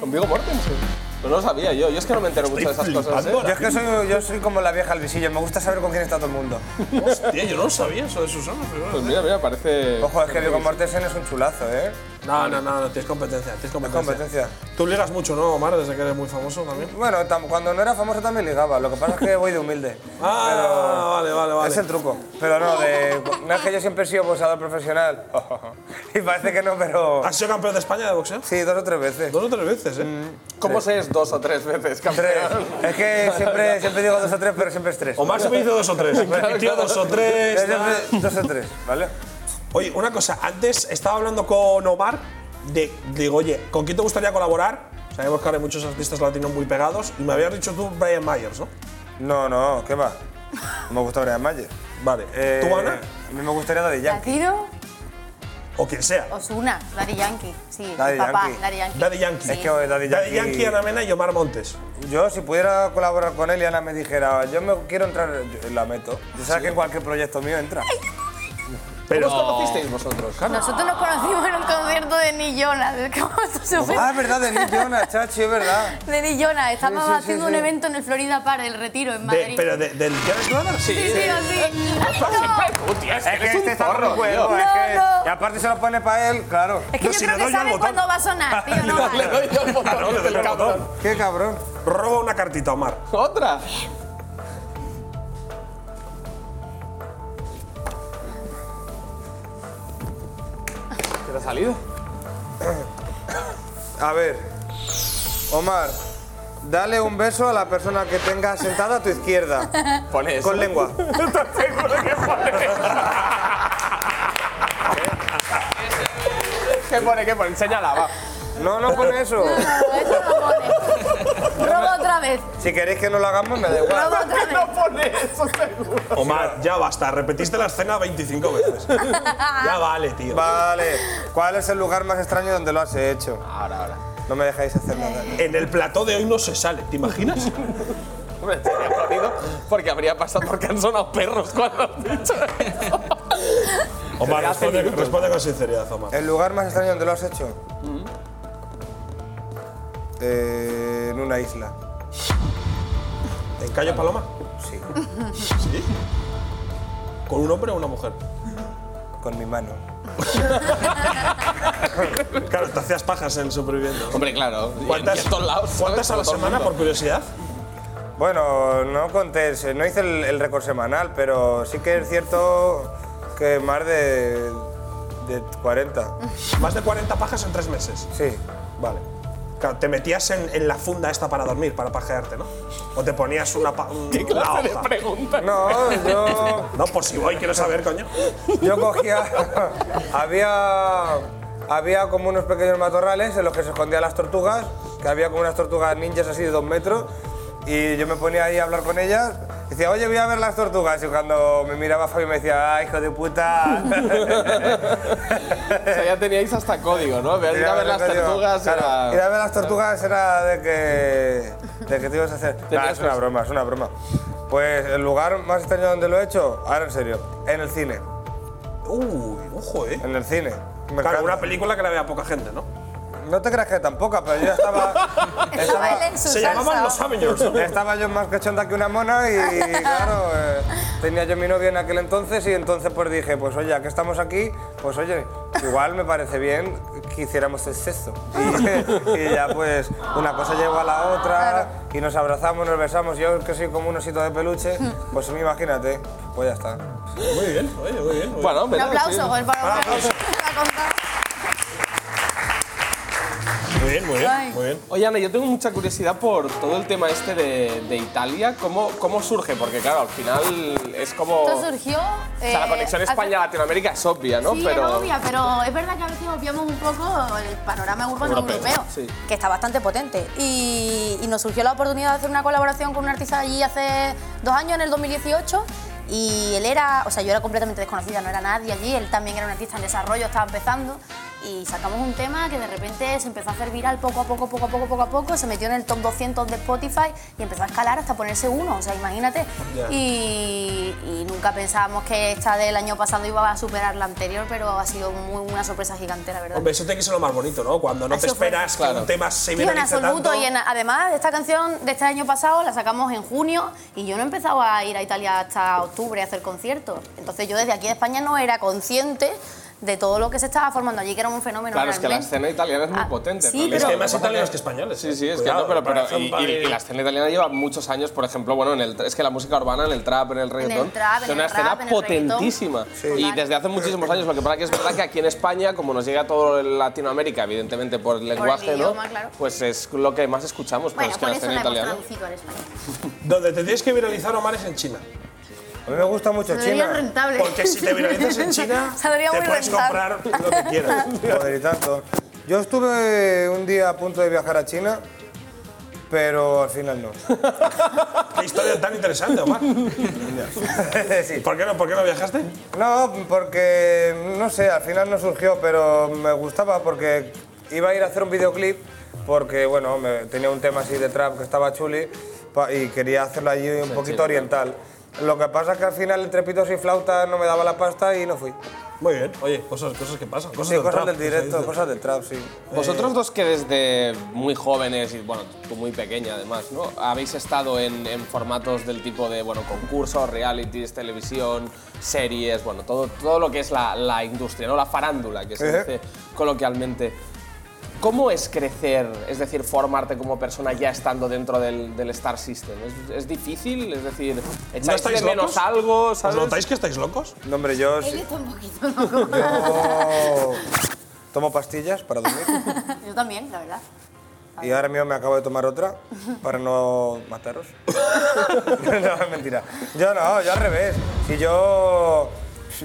[SPEAKER 5] Conmigo Mortensen. No lo sabía yo. Yo es que no me entero mucho de esas cosas. ¿eh?
[SPEAKER 9] Yo es que soy, yo soy como la vieja al visillo, me gusta saber con quién está todo el mundo.
[SPEAKER 4] Hostia, yo no lo sabía eso de Susana. pero
[SPEAKER 5] Pues
[SPEAKER 4] bueno.
[SPEAKER 5] mira, mira, parece.
[SPEAKER 9] Ojo, es que Viggo Mortensen es un chulazo, ¿eh?
[SPEAKER 4] No, no, no, no, tienes competencia, tienes competencia.
[SPEAKER 9] competencia.
[SPEAKER 4] Tú ligas mucho, ¿no, Omar? Desde que eres muy famoso también.
[SPEAKER 9] Bueno, tam- cuando no era famoso también ligaba, lo que pasa es que voy de humilde.
[SPEAKER 4] Ah, vale, vale, vale.
[SPEAKER 9] Es el truco. Pero no, de, no es que yo siempre he sido boxeador profesional. y parece que no, pero...
[SPEAKER 4] ¿Has sido campeón de España de boxeo?
[SPEAKER 9] Sí, dos o tres veces.
[SPEAKER 4] Dos o tres veces,
[SPEAKER 9] Mm.
[SPEAKER 4] ¿eh?
[SPEAKER 5] ¿Cómo se es dos o tres veces
[SPEAKER 9] Tres.
[SPEAKER 5] campeón?
[SPEAKER 9] Es que siempre, siempre digo dos o tres, pero siempre es tres.
[SPEAKER 4] Omar se me hizo dos o tres. Me repitió dos o tres.
[SPEAKER 9] Yo
[SPEAKER 4] tal.
[SPEAKER 9] siempre dos o tres, ¿vale?
[SPEAKER 4] Oye, una cosa, antes estaba hablando con Omar de, digo, oye, ¿con quién te gustaría colaborar? Sabemos que ahora hay muchos artistas latinos muy pegados y me habías dicho tú Brian Myers, ¿no?
[SPEAKER 9] No, no, ¿qué va? Me gusta Brian Mayer.
[SPEAKER 4] Vale.
[SPEAKER 9] Eh,
[SPEAKER 4] ¿Tú, Ana?
[SPEAKER 9] A mí me gustaría Daddy Yankee.
[SPEAKER 10] Latino,
[SPEAKER 4] O quien sea.
[SPEAKER 10] Osuna, Daddy Yankee. Sí,
[SPEAKER 9] Daddy
[SPEAKER 10] mi papá,
[SPEAKER 9] Yankee.
[SPEAKER 10] Daddy Yankee.
[SPEAKER 4] Daddy Yankee.
[SPEAKER 10] Sí.
[SPEAKER 9] Es que Daddy Yankee…
[SPEAKER 4] Daddy Yankee, Ana Mena y Omar Montes.
[SPEAKER 9] Yo, si pudiera colaborar con él y Ana me dijera, yo me quiero entrar, yo la meto. Yo sabes que en cualquier proyecto mío entra.
[SPEAKER 4] Pero
[SPEAKER 5] ¿Cómo os conocisteis vosotros?
[SPEAKER 10] Nosotros nos conocimos en un concierto de Nillona. Es que vamos a sufrir.
[SPEAKER 9] Ah, es verdad, de Nick Jonas, chachi, es verdad.
[SPEAKER 10] De Nillona. Estábamos
[SPEAKER 9] sí, sí,
[SPEAKER 10] haciendo
[SPEAKER 9] sí.
[SPEAKER 10] un evento en el Florida Park, el retiro en
[SPEAKER 4] de-
[SPEAKER 10] Madrid.
[SPEAKER 4] pero de- del Jonas Brothers.
[SPEAKER 10] Sí, sí, sí. Ay, no.
[SPEAKER 5] Hostia,
[SPEAKER 9] Es que este está por un juego,
[SPEAKER 10] tío.
[SPEAKER 9] es que.
[SPEAKER 10] No, no.
[SPEAKER 9] Y aparte se lo pone para él, claro.
[SPEAKER 10] Es que
[SPEAKER 4] No,
[SPEAKER 10] yo
[SPEAKER 4] si le
[SPEAKER 10] creo
[SPEAKER 4] doy
[SPEAKER 10] que
[SPEAKER 4] yo al
[SPEAKER 10] sabes
[SPEAKER 4] botón.
[SPEAKER 10] cuándo va a sonar, tío. No
[SPEAKER 5] Le
[SPEAKER 10] vale.
[SPEAKER 5] doy yo el botón,
[SPEAKER 4] Claro, le doy
[SPEAKER 5] el
[SPEAKER 4] al
[SPEAKER 5] cabrón.
[SPEAKER 4] botón.
[SPEAKER 9] Qué cabrón.
[SPEAKER 4] Roba una cartita, Omar.
[SPEAKER 5] ¿Otra? ¿Qué te ha salido?
[SPEAKER 9] A ver, Omar, dale un beso a la persona que tenga sentada a tu izquierda.
[SPEAKER 5] Pone eso.
[SPEAKER 9] Con lengua.
[SPEAKER 5] ¿Qué pone? ¿Qué pone? Enséñala, va.
[SPEAKER 9] No, no pone eso.
[SPEAKER 10] No, eso no pone. Robo otra vez.
[SPEAKER 9] Si queréis que no lo hagamos, me da igual.
[SPEAKER 10] Robo otra vez.
[SPEAKER 5] pone eso, seguro.
[SPEAKER 4] Omar, ya basta, repetiste la escena 25 veces. ya vale, tío.
[SPEAKER 9] Vale, ¿cuál es el lugar más extraño donde lo has hecho?
[SPEAKER 5] Ahora, ahora.
[SPEAKER 9] No me dejáis hacer nada.
[SPEAKER 10] Eh.
[SPEAKER 4] En el plató de hoy no se sale, ¿te imaginas?
[SPEAKER 5] Hombre, te habría aplaudido porque habría pasado porque han sonado perros cuando has dicho eso.
[SPEAKER 4] Omar,
[SPEAKER 5] Hace
[SPEAKER 4] responde,
[SPEAKER 5] minutos.
[SPEAKER 4] responde con sinceridad, Omar.
[SPEAKER 9] ¿El lugar más extraño donde lo has hecho?
[SPEAKER 5] Mm.
[SPEAKER 9] Eh, en una isla.
[SPEAKER 4] Eh, ¿En Cayo Paloma?
[SPEAKER 9] Sí,
[SPEAKER 4] ¿Con un hombre o una mujer?
[SPEAKER 9] con mi mano.
[SPEAKER 4] Claro, te hacías pajas en Superviviendo.
[SPEAKER 5] Hombre, claro. y en-
[SPEAKER 4] ¿Cuántas,
[SPEAKER 5] y en todos lados, ¿sabes?
[SPEAKER 4] ¿cuántas a
[SPEAKER 5] Como
[SPEAKER 4] la
[SPEAKER 5] todo el
[SPEAKER 4] semana,
[SPEAKER 5] mundo.
[SPEAKER 4] por curiosidad?
[SPEAKER 9] Bueno, no conté, se- no hice el, el récord semanal, pero sí que es cierto que más de, de 40.
[SPEAKER 4] Más de 40 pajas en tres meses.
[SPEAKER 9] Sí.
[SPEAKER 4] Vale. Claro, te metías en, en la funda esta para dormir, para pajearte, ¿no? O te ponías una, pa- un-
[SPEAKER 5] ¿Qué
[SPEAKER 4] una
[SPEAKER 5] clase de
[SPEAKER 4] hoja.
[SPEAKER 5] pregunta?
[SPEAKER 9] No, yo,
[SPEAKER 4] No, por si voy, quiero saber, coño.
[SPEAKER 9] yo cogía. había. Había como unos pequeños matorrales en los que se escondían las tortugas, que había como unas tortugas ninjas así de dos metros, y yo me ponía ahí a hablar con ellas. y Decía, oye, voy a ver las tortugas. Y cuando me miraba Fabi me decía, ah, hijo de puta.
[SPEAKER 5] O sea, ya teníais hasta código, ¿no? Ver, ir a ver las
[SPEAKER 9] Claro,
[SPEAKER 5] tortugas
[SPEAKER 9] claro,
[SPEAKER 5] era-
[SPEAKER 9] Ir a ver las tortugas era de que. de que te ibas a hacer. No,
[SPEAKER 5] Tenías
[SPEAKER 9] es una
[SPEAKER 5] razón.
[SPEAKER 9] broma, es una broma. Pues el lugar más extraño donde lo he hecho, ahora en serio, en el cine.
[SPEAKER 4] Uy, ojo, ¿eh?
[SPEAKER 9] En el cine. Me
[SPEAKER 4] Claro,
[SPEAKER 9] encanta.
[SPEAKER 4] una película que la vea poca gente, ¿no?
[SPEAKER 9] No te creas que tampoco, pero yo ya estaba.
[SPEAKER 10] Estaba él en su
[SPEAKER 4] Se
[SPEAKER 10] salsa.
[SPEAKER 4] llamaban Los Avengers. ¿no?
[SPEAKER 9] Estaba yo más cachonda que una mona y claro, eh, tenía yo mi novia en aquel entonces y entonces pues dije, pues oye, ya que estamos aquí, pues oye, igual me parece bien que hiciéramos el sexo. Y, y ya pues una cosa llegó a la otra y nos abrazamos, nos besamos, yo que soy como un osito de peluche, pues imagínate, pues ya está.
[SPEAKER 4] Muy bien, oye, muy bien. muy bien.
[SPEAKER 5] Bueno,
[SPEAKER 10] Un
[SPEAKER 5] hombre.
[SPEAKER 10] aplauso, por favor. Para contar.
[SPEAKER 4] Muy bien, muy bien,
[SPEAKER 10] Ay.
[SPEAKER 4] muy bien.
[SPEAKER 5] Oye, Ana, yo tengo mucha curiosidad por todo el tema este de, de Italia. ¿Cómo, ¿Cómo surge? Porque, claro, al final es como.
[SPEAKER 10] Esto surgió.
[SPEAKER 5] O sea, la
[SPEAKER 10] eh,
[SPEAKER 5] conexión
[SPEAKER 10] hace-
[SPEAKER 5] España-Latinoamérica es obvia, ¿no?
[SPEAKER 10] Sí,
[SPEAKER 5] pero.
[SPEAKER 10] es obvia, pero es verdad que a veces obviamos un poco el panorama urbano
[SPEAKER 5] Europeo,
[SPEAKER 10] europeo,
[SPEAKER 5] sí.
[SPEAKER 10] que está bastante potente. Y, y nos surgió la oportunidad de hacer una colaboración con un artista allí hace dos años, en el 2018. Y él era, o sea, yo era completamente desconocida, no era nadie allí, él también era un artista en desarrollo, estaba empezando. y sacamos un tema que de repente se empezó a hacer viral poco a poco, poco a poco, poco a poco, se metió en el top 200 de Spotify y empezó a escalar hasta ponerse uno, o sea, imagínate.
[SPEAKER 11] Ya.
[SPEAKER 10] Y, y nunca pensábamos que esta del año pasado iba a superar la anterior, pero ha sido muy, una sorpresa gigante, la verdad.
[SPEAKER 4] Hombre, eso tiene que ser lo más bonito, ¿no? Cuando no te
[SPEAKER 10] Ah, Eso fue-
[SPEAKER 4] esperas que un tema se
[SPEAKER 10] Tío, en
[SPEAKER 4] viralice
[SPEAKER 10] absoluto,
[SPEAKER 4] tanto.
[SPEAKER 10] y en- además esta canción de este año pasado la sacamos en junio y yo no empezaba a ir a Italia hasta octubre a hacer conciertos. Entonces yo desde aquí de España no era consciente de todo lo que se estaba formando allí, que era un fenómeno
[SPEAKER 5] Claro, es que la
[SPEAKER 10] realmente. Ah,
[SPEAKER 5] escena italiana es muy potente.
[SPEAKER 10] sí,
[SPEAKER 5] ¿no?
[SPEAKER 10] pero- Es que hay
[SPEAKER 4] más italianos que españoles. eh.
[SPEAKER 5] Sí, sí, es
[SPEAKER 4] Cuidado,
[SPEAKER 5] que no, pero, pero
[SPEAKER 4] comparación
[SPEAKER 5] y,
[SPEAKER 4] para
[SPEAKER 5] y-
[SPEAKER 4] el-
[SPEAKER 5] y la escena italiana lleva muchos años, por ejemplo, bueno, en el, es que la música urbana, en el trap, en el reggaetón,
[SPEAKER 10] trap,
[SPEAKER 5] es
[SPEAKER 10] en
[SPEAKER 5] una
[SPEAKER 10] el
[SPEAKER 5] escena
[SPEAKER 10] rap, en el
[SPEAKER 5] potentísima. Y desde hace muchísimos años, lo que pasa que es verdad que aquí en España, como nos llega todo Latinoamérica, evidentemente por el lenguaje,
[SPEAKER 10] idioma,
[SPEAKER 5] ¿no?
[SPEAKER 10] claro.
[SPEAKER 5] Pues es lo que más escuchamos, pero
[SPEAKER 10] Bueno,
[SPEAKER 5] es que
[SPEAKER 10] por
[SPEAKER 5] la
[SPEAKER 10] eso
[SPEAKER 5] escena
[SPEAKER 10] la hemos
[SPEAKER 5] italiana.
[SPEAKER 10] traducido al español.
[SPEAKER 4] Donde te tienes que viralizar, Omar, es en China.
[SPEAKER 9] A mí me gusta mucho
[SPEAKER 10] Saldría
[SPEAKER 9] China.
[SPEAKER 10] rentable.
[SPEAKER 4] Pues Porque si te viralizas en China,
[SPEAKER 10] Saldría
[SPEAKER 4] te
[SPEAKER 10] muy
[SPEAKER 4] puedes
[SPEAKER 10] rentable.
[SPEAKER 4] comprar lo que quieras.
[SPEAKER 9] Joder, y tanto. Yo estuve un día a punto de viajar a China, pero al final no.
[SPEAKER 4] Qué historia tan interesante, Omar. ¿Por, qué no, ¿Por qué no viajaste?
[SPEAKER 9] No, porque no sé, al final no surgió, pero me gustaba porque iba a ir a hacer un videoclip porque bueno, me- tenía un tema así de trap que estaba chuli pa- y quería hacerlo allí un poquito
[SPEAKER 5] chido.
[SPEAKER 9] oriental. Lo que pasa es que al final entre pitos y flauta no me daba la pasta y no fui.
[SPEAKER 4] Muy bien. Oye, cosas, cosas que pasan. Cosas
[SPEAKER 9] Sí,
[SPEAKER 4] del
[SPEAKER 9] cosas
[SPEAKER 4] trap,
[SPEAKER 9] del
[SPEAKER 4] que
[SPEAKER 9] directo,
[SPEAKER 4] se dice.
[SPEAKER 9] cosas del trap, sí.
[SPEAKER 5] Vosotros dos que desde muy jóvenes y bueno, tú muy pequeña además, ¿no? Habéis estado en, en formatos del tipo de, bueno, concursos, realities, televisión, series, bueno, todo, todo lo que es la, la industria, ¿no? La farándula que se
[SPEAKER 9] Ejé.
[SPEAKER 5] dice coloquialmente. ¿Cómo es crecer, es decir, formarte como persona ya estando dentro del, del Star System? ¿Es, es difícil? Es decir,
[SPEAKER 4] ¿No
[SPEAKER 5] ¿echáis
[SPEAKER 4] estáis
[SPEAKER 5] de menos
[SPEAKER 4] locos?
[SPEAKER 5] algo?
[SPEAKER 4] ¿Os
[SPEAKER 5] ¿sabes?
[SPEAKER 4] notáis que estáis locos?
[SPEAKER 9] No, hombre, yo
[SPEAKER 10] Él
[SPEAKER 9] sí-
[SPEAKER 10] está un poquito loco.
[SPEAKER 9] yo tomo pastillas para dormir
[SPEAKER 10] Yo también, la verdad.
[SPEAKER 9] y ahora mismo me acabo de tomar otra para no mataros. no, es mentira. Yo no, yo al revés. Si yo.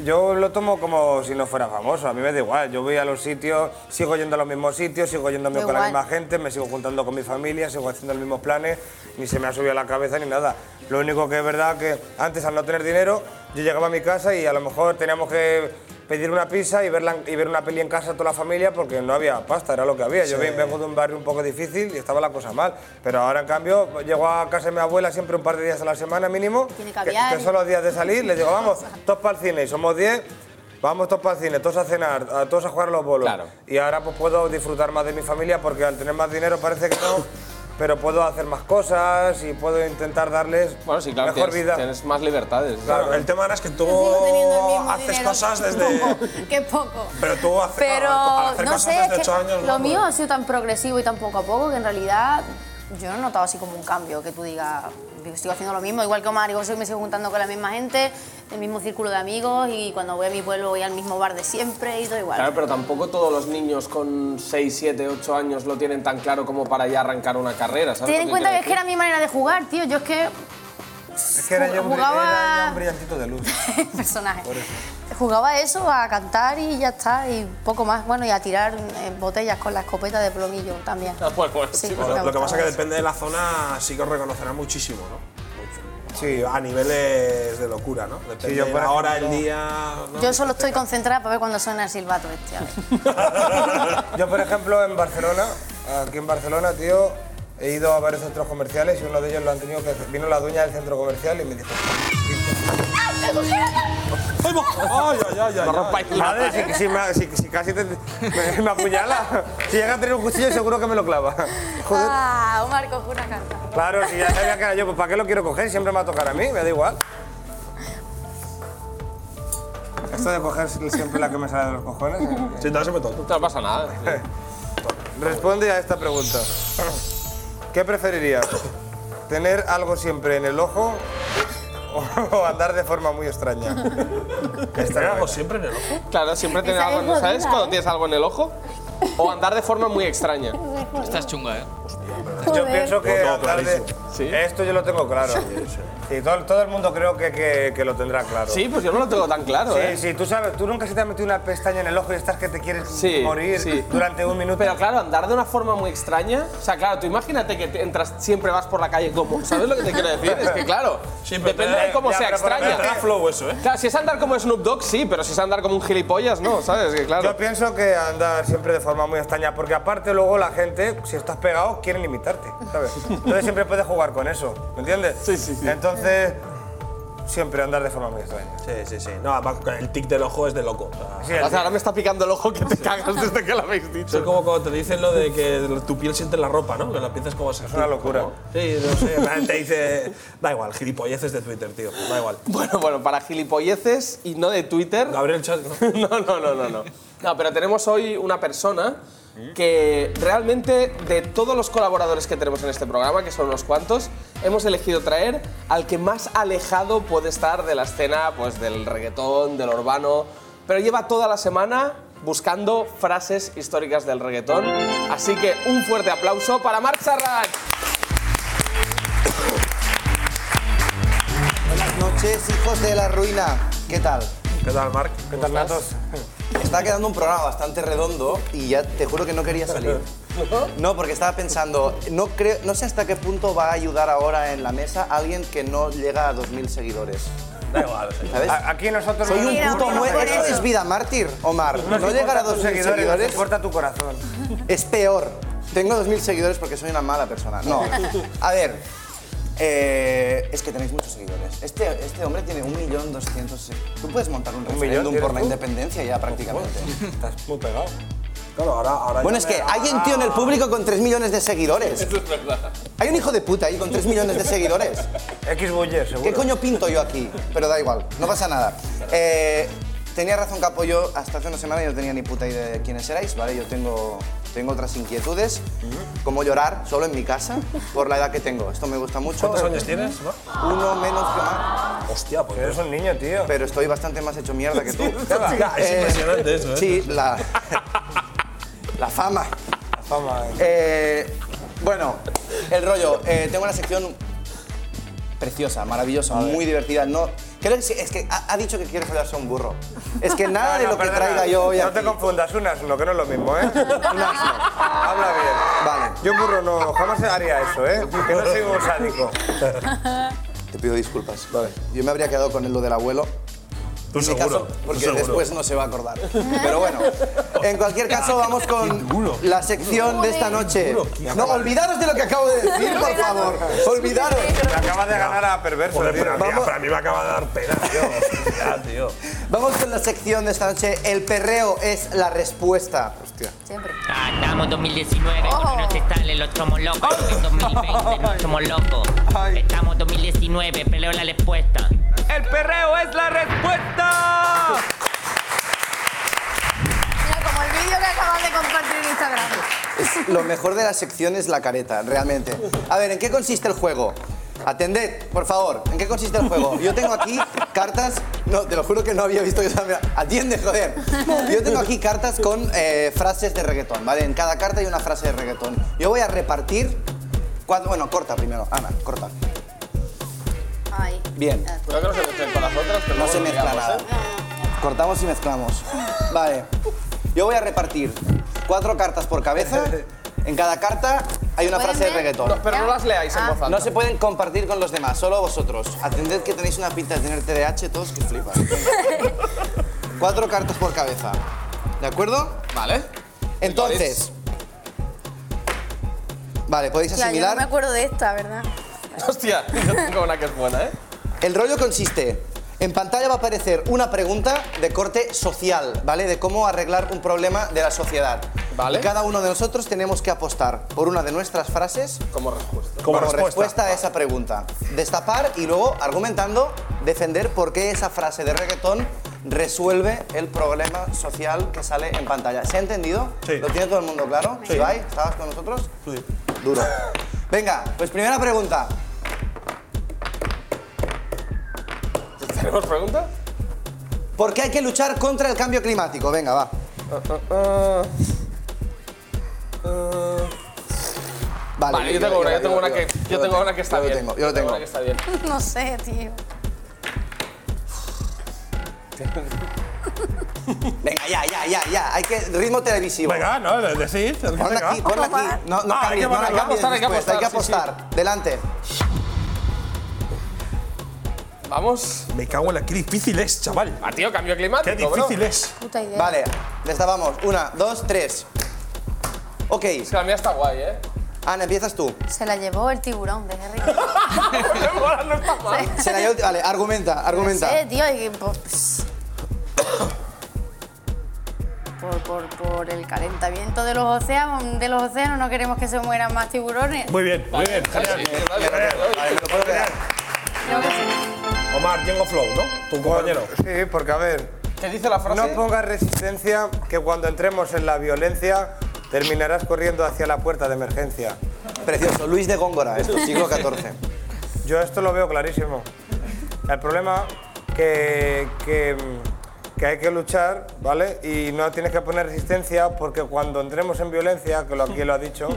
[SPEAKER 9] Yo lo tomo como si no fuera famoso, a mí me da igual. Yo voy a los sitios, sigo yendo a los mismos sitios, sigo yendo
[SPEAKER 10] Da
[SPEAKER 9] con la
[SPEAKER 10] igual.
[SPEAKER 9] misma gente, me sigo juntando con mi familia, sigo haciendo los mismos planes, ni se me ha subido a la cabeza ni nada. Lo único que es verdad que antes, al no tener dinero, yo llegaba a mi casa y a lo mejor teníamos que pedir una pizza y, verla, y ver una peli en casa toda la familia porque no había pasta, era lo que había. Yo ven- vengo de un barrio un poco difícil y estaba la cosa mal. Pero ahora, en cambio, llego a casa de mi abuela siempre un par de días a la semana mínimo,
[SPEAKER 10] Tiene
[SPEAKER 9] que,
[SPEAKER 10] caviar
[SPEAKER 9] que
[SPEAKER 10] y-
[SPEAKER 9] son los días de salir, le digo, vamos, todos para el cine y somos 10, vamos todos para el cine, todos a cenar, a todos a jugar a los bolos.
[SPEAKER 5] Claro.
[SPEAKER 9] Y ahora pues puedo disfrutar más de mi familia porque al tener más dinero parece que no, pero puedo hacer más cosas y puedo intentar darles
[SPEAKER 5] Bueno, sí, claro,
[SPEAKER 9] mejor
[SPEAKER 5] tienes,
[SPEAKER 9] vida.
[SPEAKER 5] tienes más libertades.
[SPEAKER 4] Claro, el tema ahora es que tú
[SPEAKER 10] Yo sigo teniendo el mismo
[SPEAKER 4] Oh, haces
[SPEAKER 10] dinero.
[SPEAKER 4] cosas desde.
[SPEAKER 10] Qué poco.
[SPEAKER 4] Pero tú haces
[SPEAKER 10] Pero
[SPEAKER 4] al hacer
[SPEAKER 10] no
[SPEAKER 4] cosas
[SPEAKER 10] sé,
[SPEAKER 4] desde
[SPEAKER 10] es que
[SPEAKER 4] 8 años. pues
[SPEAKER 10] lo
[SPEAKER 4] vamos.
[SPEAKER 10] mío ha sido tan progresivo y tan poco a poco que en realidad yo no he notado así como un cambio que tú digas, digo, sigo haciendo lo mismo, igual que Omar, digo, sí, me sigo juntando con la misma gente, el mismo círculo de amigos y cuando voy a mi pueblo voy al mismo bar de siempre y todo igual.
[SPEAKER 5] Claro, pero tampoco todos los niños con 6, 7, 8 años lo tienen tan claro como para ya arrancar una carrera,
[SPEAKER 4] pues,
[SPEAKER 5] ¿sabes?
[SPEAKER 10] Ten
[SPEAKER 5] lo
[SPEAKER 10] en
[SPEAKER 5] que
[SPEAKER 10] cuenta que
[SPEAKER 5] quiero
[SPEAKER 10] es que era mi manera de jugar, tío, yo es que
[SPEAKER 9] Es que era yo un, bri-
[SPEAKER 10] Jugaba-
[SPEAKER 9] era yo un brillantito de luz.
[SPEAKER 10] personaje. Jugaba eso, a cantar y ya está, y poco más, bueno, y a tirar eh, botellas con la escopeta de plomillo también.
[SPEAKER 5] decir? Ah, bueno, bueno,
[SPEAKER 10] Sí,
[SPEAKER 5] sí,
[SPEAKER 10] pues
[SPEAKER 5] pero-
[SPEAKER 10] me
[SPEAKER 4] Lo que pasa es que
[SPEAKER 10] gustaba.
[SPEAKER 4] depende de la zona, sí que os reconocerá muchísimo, ¿no?
[SPEAKER 9] Sí,
[SPEAKER 4] A niveles de locura, ¿no? Depende
[SPEAKER 9] Sí, yo,
[SPEAKER 4] de
[SPEAKER 9] por
[SPEAKER 4] la hora, el
[SPEAKER 9] ejemplo-
[SPEAKER 4] día. ¿no?
[SPEAKER 10] Yo solo estoy concentrada para ver cuando suena el silbato este. a ver.
[SPEAKER 9] Yo, por ejemplo, en Barcelona, aquí en Barcelona, tío, he ido a varios centros comerciales y uno de ellos lo han tenido que. Vino la dueña del centro comercial y me dijo.
[SPEAKER 4] ¡Ay, va! ¡Ay, ay, ay! ay, ay.
[SPEAKER 9] Madre, si, si me- si- si casi te, me, me apuñala. Si llega a tener un cuchillo, seguro que me lo clava. Joder.
[SPEAKER 10] Ah, Omar coge una carta.
[SPEAKER 9] Claro, si ya sabía que era yo, pues ¿para qué lo quiero coger? Siempre me va a tocar a mí, me da igual. Esto de coger siempre la que me sale de los cojones.
[SPEAKER 4] Sí, no, eso me toca.
[SPEAKER 5] No pasa nada.
[SPEAKER 9] Responde a esta pregunta. ¿Qué preferirías? ¿Tener algo siempre en el ojo o- o andar de forma muy extraña?
[SPEAKER 4] ¿Estaré algo siempre en el ojo?
[SPEAKER 5] Claro, siempre tener
[SPEAKER 10] Esa es
[SPEAKER 5] algo, ¿no? ¿sabes?
[SPEAKER 10] jodida,
[SPEAKER 5] Cuando
[SPEAKER 10] ¿eh?
[SPEAKER 5] tienes algo en el ojo o andar de forma muy extraña.
[SPEAKER 3] Esta es chunga, ¿eh?
[SPEAKER 9] Yo
[SPEAKER 10] Joder.
[SPEAKER 9] pienso que
[SPEAKER 4] No, no,
[SPEAKER 9] hablar de- esto yo lo tengo claro. Y todo, todo el mundo creo que, que- que lo tendrá claro.
[SPEAKER 5] Sí, pues yo no lo tengo tan claro,
[SPEAKER 9] Sí,
[SPEAKER 5] ¿eh?
[SPEAKER 9] sí, tú sabes, tú nunca se te ha metido una pestaña en el ojo y estás que te quieres
[SPEAKER 5] Sí,
[SPEAKER 9] morir
[SPEAKER 5] sí.
[SPEAKER 9] durante un minuto.
[SPEAKER 5] Pero claro, andar de una forma muy extraña. O sea, claro, tú imagínate que te entras, siempre vas por la calle como. ¿Sabes lo que te quiero decir? Es que claro, depende de cómo
[SPEAKER 9] Ya,
[SPEAKER 5] sea
[SPEAKER 9] pero por
[SPEAKER 5] extraña.
[SPEAKER 9] ejemplo,
[SPEAKER 4] flow eso, ¿eh?
[SPEAKER 5] Claro, si es andar como Snoop Dogg, sí, pero si es andar como un gilipollas, no, ¿sabes? Que claro.
[SPEAKER 9] Yo pienso que andar siempre de forma muy extraña, porque aparte luego la gente, si estás pegado, quieren imitarte, ¿sabes? Entonces siempre puedes jugar con eso, ¿me entiendes?
[SPEAKER 5] Sí, sí, sí.
[SPEAKER 9] Entonces, siempre andar de forma muy extraña.
[SPEAKER 4] Sí, sí, sí. No, además, el tic del ojo es de loco. O
[SPEAKER 9] Sí,
[SPEAKER 4] sea,
[SPEAKER 5] O sea, ahora me está picando el ojo que te cagas desde que lo habéis dicho.
[SPEAKER 4] es como cuando te dicen lo de que tu piel siente la ropa, ¿no? Que la piensas como a sentir.
[SPEAKER 9] una locura.
[SPEAKER 4] como- Sí, no sé. La gente dice. Da igual, gilipolleces de Twitter, tío. Da igual.
[SPEAKER 5] Bueno, bueno, para gilipolleces y no de Twitter.
[SPEAKER 4] Gabriel Chat.
[SPEAKER 5] No, no, no, no, no. No, pero tenemos hoy una persona ¿Mm? que realmente de todos los colaboradores que tenemos en este programa, que son unos cuantos, hemos elegido traer al que más alejado puede estar de la escena, pues del reggaetón, del urbano, pero lleva toda la semana buscando frases históricas del reggaetón. Así que un fuerte aplauso para Marc Sarrat.
[SPEAKER 11] Buenas noches, hijos de la ruina. ¿Qué tal?
[SPEAKER 4] ¿Qué tal, Marc?
[SPEAKER 9] ¿Qué tal, Natos?
[SPEAKER 11] Está quedando un programa bastante redondo y ya te juro que no quería salir. No, porque estaba pensando, no, creo, no sé hasta qué punto va a ayudar ahora en la mesa alguien que no llega a 2.000 seguidores.
[SPEAKER 4] Da igual. o sea,
[SPEAKER 11] ¿Sabes?
[SPEAKER 9] A- Aquí nosotros
[SPEAKER 11] Soy un
[SPEAKER 10] Mira,
[SPEAKER 11] puto
[SPEAKER 10] por
[SPEAKER 11] muerto.
[SPEAKER 10] favor.
[SPEAKER 11] Eso es vida mártir, Omar.
[SPEAKER 9] ah.
[SPEAKER 5] Pues
[SPEAKER 9] Pues no
[SPEAKER 11] No llegar a 2.000
[SPEAKER 9] dos
[SPEAKER 11] seguidores,
[SPEAKER 9] seguidores, nos importa tu corazón.
[SPEAKER 11] es peor. Tengo 2.000 seguidores porque soy una mala persona. No. A ver. eh, es que tenéis muchos seguidores. Este, este hombre tiene 1.200.000. Tú puedes montar un referéndum
[SPEAKER 9] millón
[SPEAKER 11] por la
[SPEAKER 9] tienes tú?
[SPEAKER 11] independencia ya prácticamente.
[SPEAKER 9] Estás muy pegado.
[SPEAKER 4] Claro, ahora. ahora
[SPEAKER 11] Bueno,
[SPEAKER 4] ya
[SPEAKER 11] es
[SPEAKER 4] me-
[SPEAKER 11] que hay un tío en el público con 3 millones de seguidores. Hay un hijo de puta ahí con 3 millones de seguidores.
[SPEAKER 9] X Buller, Ah, seguro.
[SPEAKER 11] ¿Qué coño pinto yo aquí? Pero da igual, no pasa nada. Eh, tenía razón, Capo, yo hasta hace una semana yo no tenía ni puta idea de quiénes erais, ¿vale? Yo tengo, tengo otras inquietudes, como llorar solo en mi casa, por la edad que tengo. Esto me gusta mucho.
[SPEAKER 4] ¿Cuántos años tienes, Marc?
[SPEAKER 11] Uno menos que más,
[SPEAKER 4] Hostia, pues.
[SPEAKER 9] Eres un niño, tío.
[SPEAKER 11] pero estoy bastante más hecho mierda que tú.
[SPEAKER 4] Ya, es
[SPEAKER 11] Eh,
[SPEAKER 4] impresionante eso, ¿eh?
[SPEAKER 11] Sí, la, la fama.
[SPEAKER 9] Toma, eh.
[SPEAKER 11] Eh, bueno, el rollo. eh, tengo una sección preciosa, maravillosa, muy divertida. No, creo que sí, es que ha, ha dicho que quiere follarse a un burro. Es que nada
[SPEAKER 9] No,
[SPEAKER 11] de
[SPEAKER 9] no,
[SPEAKER 11] lo que
[SPEAKER 9] perdona,
[SPEAKER 11] traiga yo hoy
[SPEAKER 9] No
[SPEAKER 11] aquí-
[SPEAKER 9] te confundas, un asno, que no es lo mismo, ¿eh?
[SPEAKER 11] Un asno.
[SPEAKER 9] Habla bien.
[SPEAKER 11] Vale.
[SPEAKER 9] Yo, burro, no, jamás haría eso, ¿eh? Que no soy un sádico.
[SPEAKER 11] Te pido disculpas. Vale. Yo me habría quedado con lo del abuelo.
[SPEAKER 4] Tú
[SPEAKER 11] en mi
[SPEAKER 4] seguro.
[SPEAKER 11] caso,
[SPEAKER 4] tú
[SPEAKER 11] porque
[SPEAKER 4] seguro.
[SPEAKER 11] después no se va a acordar. Pero bueno, en cualquier caso
[SPEAKER 9] Ah,
[SPEAKER 11] vamos con la sección de esta noche. No, olvidaros de lo que acabo de decir, por favor. Olvidaros.
[SPEAKER 9] Me acabas de ganar a perverso,
[SPEAKER 4] Joder,
[SPEAKER 9] tío.
[SPEAKER 4] pero, tía,
[SPEAKER 11] vamos-
[SPEAKER 4] pero a mí me acaba de dar pena, tío. Hostia, tío.
[SPEAKER 11] Vamos con la sección de esta noche. El perreo es la respuesta. Hostia.
[SPEAKER 10] Siempre.
[SPEAKER 7] Andamos 2019,
[SPEAKER 10] Ojo.
[SPEAKER 7] porque no se sale, los somos locos. En 2020 no somos locos.
[SPEAKER 11] Ay.
[SPEAKER 7] Estamos 2019, peleo la respuesta.
[SPEAKER 2] ¡El perreo es la respuesta!
[SPEAKER 10] Mira, como el vídeo que acabas de compartir en Instagram.
[SPEAKER 11] Es- lo mejor de la sección es la careta, realmente. A ver, ¿en qué consiste el juego? Atended, por favor. ¿En qué consiste el juego? Yo tengo aquí cartas. No, te lo juro que no había visto que estaba. Atiende, joder. Yo tengo aquí cartas con eh, frases de reggaetón, ¿vale? En cada carta hay una frase de reggaetón. Yo voy a repartir. Cuatro, bueno, corta primero. Ana, corta.
[SPEAKER 10] Ay.
[SPEAKER 11] Bien.
[SPEAKER 10] Ah,
[SPEAKER 5] Creo que no se mezclen con las otras, pero
[SPEAKER 11] No
[SPEAKER 5] luego
[SPEAKER 11] se
[SPEAKER 5] lo
[SPEAKER 11] mezcla
[SPEAKER 5] miramos,
[SPEAKER 11] nada.
[SPEAKER 5] ¿eh?
[SPEAKER 11] Cortamos y mezclamos. Vale. Yo voy a repartir cuatro cartas por cabeza. En cada carta hay una frase de
[SPEAKER 10] ¿Pueden ver?
[SPEAKER 11] reggaetón.
[SPEAKER 5] No, pero no las leáis en
[SPEAKER 10] Ah.
[SPEAKER 5] voz alta.
[SPEAKER 11] No se pueden compartir con los demás, solo vosotros. Atended que tenéis una pinta de tener TDAH, todos que flipan. Venga. Cuatro cartas por cabeza. ¿De acuerdo?
[SPEAKER 5] ¿eh?
[SPEAKER 11] Vale. Entonces. Vale, podéis
[SPEAKER 10] Claro, yo no me
[SPEAKER 11] asimilar.
[SPEAKER 10] acuerdo de esta, ¿verdad?
[SPEAKER 5] Hostia, yo tengo una que es buena, ¿eh?
[SPEAKER 11] El rollo consiste. En pantalla va a aparecer una pregunta de corte social, ¿vale? De cómo arreglar un problema de la sociedad.
[SPEAKER 5] Vale.
[SPEAKER 11] Y cada uno de nosotros tenemos que apostar por una de nuestras frases
[SPEAKER 5] Como respuesta.
[SPEAKER 11] como, respuesta. a esa pregunta. Destapar y luego, argumentando, defender por qué esa frase de reggaetón resuelve el problema social que sale en pantalla. ¿Se ha entendido?
[SPEAKER 4] Sí.
[SPEAKER 11] ¿Lo tiene todo el mundo claro? Sí. ¿estabas con nosotros? Sí. Duro. Venga, pues primera pregunta.
[SPEAKER 5] ¿Tenemos pregunta?
[SPEAKER 11] ¿Por qué hay que luchar contra el cambio climático? Venga, va.
[SPEAKER 5] Vale, yo tengo una, yo tengo una que- yo tengo una que está
[SPEAKER 11] yo lo
[SPEAKER 5] bien.
[SPEAKER 11] tengo, yo lo tengo.
[SPEAKER 5] una que está bien.
[SPEAKER 10] No sé, tío.
[SPEAKER 11] Venga, ya, ya, ya, ya. Hay que ritmo televisivo.
[SPEAKER 9] ah,
[SPEAKER 4] Venga, no, decid.
[SPEAKER 11] Ponla
[SPEAKER 4] venga.
[SPEAKER 11] aquí, ponla aquí. No, no
[SPEAKER 4] Ah, hay
[SPEAKER 11] cambies,
[SPEAKER 4] que
[SPEAKER 11] no la
[SPEAKER 4] poner- hay que
[SPEAKER 11] cambies
[SPEAKER 4] apostar, hay que
[SPEAKER 11] después. Hay que
[SPEAKER 4] apostar, sí,
[SPEAKER 11] apostar. Delante.
[SPEAKER 5] Vamos.
[SPEAKER 4] Me cago en la. Qué difícil es, chaval.
[SPEAKER 5] Ah, tío, cambio climático.
[SPEAKER 4] Qué difícil eh.
[SPEAKER 5] bro.
[SPEAKER 4] es.
[SPEAKER 10] Puta idea.
[SPEAKER 11] Vale, destabamos. Una, dos, tres. Ok. Es
[SPEAKER 5] que la mía está guay, ¿eh?
[SPEAKER 11] Ana, empiezas tú.
[SPEAKER 10] Se la llevó el tiburón de Harry.
[SPEAKER 11] Se la llevo- Vale, argumenta, argumenta.
[SPEAKER 10] No sé, tío, hay que- pues, por, pss. por, por, por el calentamiento de los océanos, de los océanos no queremos que se mueran más tiburones.
[SPEAKER 4] Muy bien, muy bien. Genial. Genial. Omar, Django Flow, ¿no? Tu compañero.
[SPEAKER 9] Sí, porque a ver.
[SPEAKER 5] ¿Qué dice la frase?
[SPEAKER 9] No pongas resistencia, que cuando entremos en la violencia terminarás corriendo hacia la puerta de emergencia.
[SPEAKER 11] Precioso, Luis de Góngora, esto, siglo XIV.
[SPEAKER 9] Yo esto lo veo clarísimo. El problema que, que, que hay que luchar, ¿vale? Y no tienes que poner resistencia porque cuando entremos en violencia, que lo aquí lo ha dicho,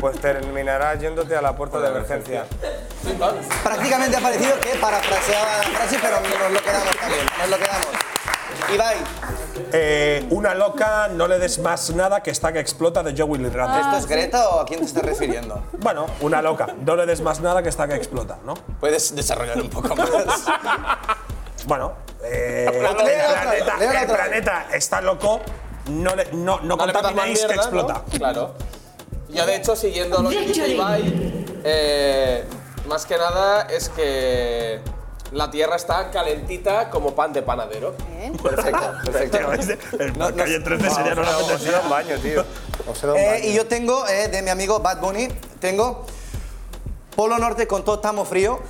[SPEAKER 9] pues terminarás yéndote a la puerta de emergencia.
[SPEAKER 11] Prácticamente ha parecido que parafraseaba la frase, pero nos lo quedamos también. Nos lo quedamos. Ibai,
[SPEAKER 4] Eh, una loca, no le des más nada que está que explota de Joey Lee Rata.
[SPEAKER 11] ¿esto es Greta o a quién te estás refiriendo?
[SPEAKER 4] Bueno, una loca. No le des más nada que está que explota, ¿no?
[SPEAKER 11] Puedes desarrollar un poco más.
[SPEAKER 4] Bueno, eh,
[SPEAKER 11] Léela
[SPEAKER 4] el,
[SPEAKER 11] otra vez,
[SPEAKER 4] planeta,
[SPEAKER 11] léela
[SPEAKER 4] el
[SPEAKER 11] otra
[SPEAKER 4] planeta está loco. No, le, no, no,
[SPEAKER 5] No le metas más
[SPEAKER 4] contaminéis que
[SPEAKER 5] mierda, pues ¿no?
[SPEAKER 4] explota.
[SPEAKER 5] Claro. Yo, de hecho, siguiendo lo que dice Ibai, eh, más que nada es que la tierra está calentita como pan de panadero.
[SPEAKER 11] Perfecto, perfecto.
[SPEAKER 4] No, calle 13 sería no la
[SPEAKER 9] Se da un baño, tío. O se da un
[SPEAKER 11] Eh,
[SPEAKER 9] baño.
[SPEAKER 11] y yo tengo, eh, de mi amigo Bad Bunny, tengo Polo Norte con todo tamo frío,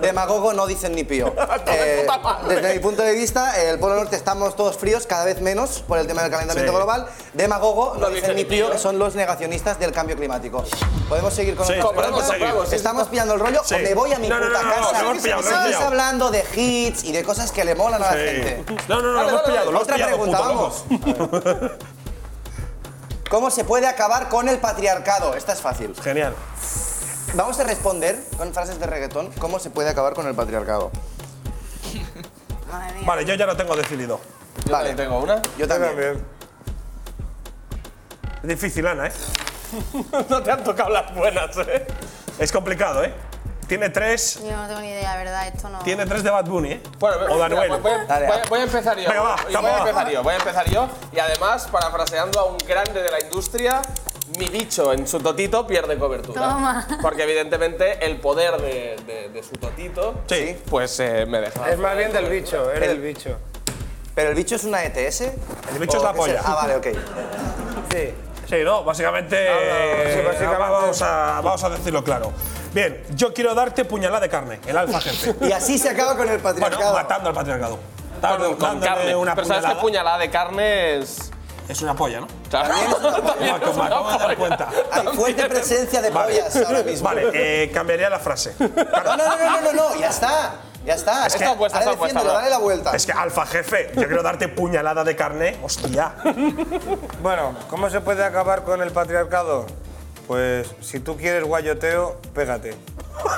[SPEAKER 11] demagogo no dicen ni pío. Eh,
[SPEAKER 5] puta madre.
[SPEAKER 11] desde mi punto de vista, eh, el Polo Norte estamos todos fríos, cada vez menos, por el tema del calentamiento
[SPEAKER 4] Sí.
[SPEAKER 11] global. Demagogo no, dicen ni pío, que son los negacionistas del cambio climático. ¿Podemos seguir con
[SPEAKER 4] Sí,
[SPEAKER 11] otras
[SPEAKER 4] podemos
[SPEAKER 11] preguntas?
[SPEAKER 4] seguir. Sí, sí,
[SPEAKER 11] ¿Estamos pillando el rollo
[SPEAKER 4] Sí.
[SPEAKER 11] o me voy a mi
[SPEAKER 4] No, no,
[SPEAKER 11] puta
[SPEAKER 4] no, no, no,
[SPEAKER 11] casa?
[SPEAKER 4] lo hemos pillado, lo hemos
[SPEAKER 11] Seguís
[SPEAKER 4] pillado.
[SPEAKER 11] hablando de hits y de cosas que le molan a la gente.
[SPEAKER 4] No, no, no,
[SPEAKER 11] Dale,
[SPEAKER 4] lo hemos
[SPEAKER 11] dale,
[SPEAKER 4] pillado, lo hemos
[SPEAKER 11] Otra
[SPEAKER 4] pillado,
[SPEAKER 11] pregunta,
[SPEAKER 4] puto
[SPEAKER 11] vamos. ¿Cómo se puede acabar con el patriarcado? Esta es fácil.
[SPEAKER 4] Genial.
[SPEAKER 11] Vamos a responder con frases de reggaetón cómo se puede acabar con el patriarcado.
[SPEAKER 10] Madre mía.
[SPEAKER 4] Vale, yo ya lo tengo decidido.
[SPEAKER 5] Yo
[SPEAKER 11] Vale.
[SPEAKER 5] también tengo una.
[SPEAKER 11] Yo también.
[SPEAKER 4] Es difícil, Ana, ¿eh?
[SPEAKER 5] no te han tocado las buenas, ¿eh?
[SPEAKER 4] Es complicado, ¿eh? Tiene tres,
[SPEAKER 10] Yo no tengo ni idea, ¿verdad? Esto no.
[SPEAKER 4] tiene tres de Bad Bunny, ¿eh?
[SPEAKER 5] Bueno,
[SPEAKER 4] o de
[SPEAKER 5] mira,
[SPEAKER 4] Anuel.
[SPEAKER 5] voy, voy- voy- voy a empezar yo.
[SPEAKER 4] Venga, va,
[SPEAKER 5] voy,
[SPEAKER 4] Capa,
[SPEAKER 5] a
[SPEAKER 4] va.
[SPEAKER 5] empezar yo. Voy a empezar yo. Y además, parafraseando a un grande de la industria, mi bicho en su totito pierde cobertura.
[SPEAKER 10] Toma.
[SPEAKER 5] Porque evidentemente el poder de, de- de su totito,
[SPEAKER 4] Sí.
[SPEAKER 5] pues eh, me deja.
[SPEAKER 9] Es más bien del bicho, es del bicho.
[SPEAKER 11] Pero el bicho es una ETS.
[SPEAKER 4] El bicho es
[SPEAKER 11] ¿O
[SPEAKER 4] la
[SPEAKER 11] qué
[SPEAKER 4] polla.
[SPEAKER 11] sea? Ah, vale, ok.
[SPEAKER 9] Sí.
[SPEAKER 4] Sí, no, básicamente. eh,
[SPEAKER 9] sí, básicamente.
[SPEAKER 4] Vamos, a, vamos a decirlo claro. Bien, yo quiero darte puñalada de carne, el alfa jefe.
[SPEAKER 11] Y así se acaba con el
[SPEAKER 4] bueno,
[SPEAKER 11] patriarcado.
[SPEAKER 4] matando al patriarcado.
[SPEAKER 5] Con-
[SPEAKER 4] Dando-
[SPEAKER 5] con
[SPEAKER 4] dándole
[SPEAKER 5] carne.
[SPEAKER 4] Una
[SPEAKER 5] Pero sabes que
[SPEAKER 4] puñalada.
[SPEAKER 5] puñalada de carne es.
[SPEAKER 4] Es una polla, ¿no?
[SPEAKER 5] Claro.
[SPEAKER 4] Ah, que me acabo de dar cuenta.
[SPEAKER 11] Hay fuerte presencia de pollas ahora mismo.
[SPEAKER 4] Vale, eh, cambiaría la frase.
[SPEAKER 11] No, no, no, no, no, no, ya está. Ya está.
[SPEAKER 5] Está puesta,
[SPEAKER 11] ahora
[SPEAKER 5] está puesta,
[SPEAKER 11] defiéndelo,
[SPEAKER 5] va.
[SPEAKER 11] dale la vuelta.
[SPEAKER 4] Es que alfa jefe, yo quiero darte puñalada de carne. Hostia.
[SPEAKER 9] Bueno, ¿cómo se puede acabar con el patriarcado? Pues si tú quieres guayoteo, pégate.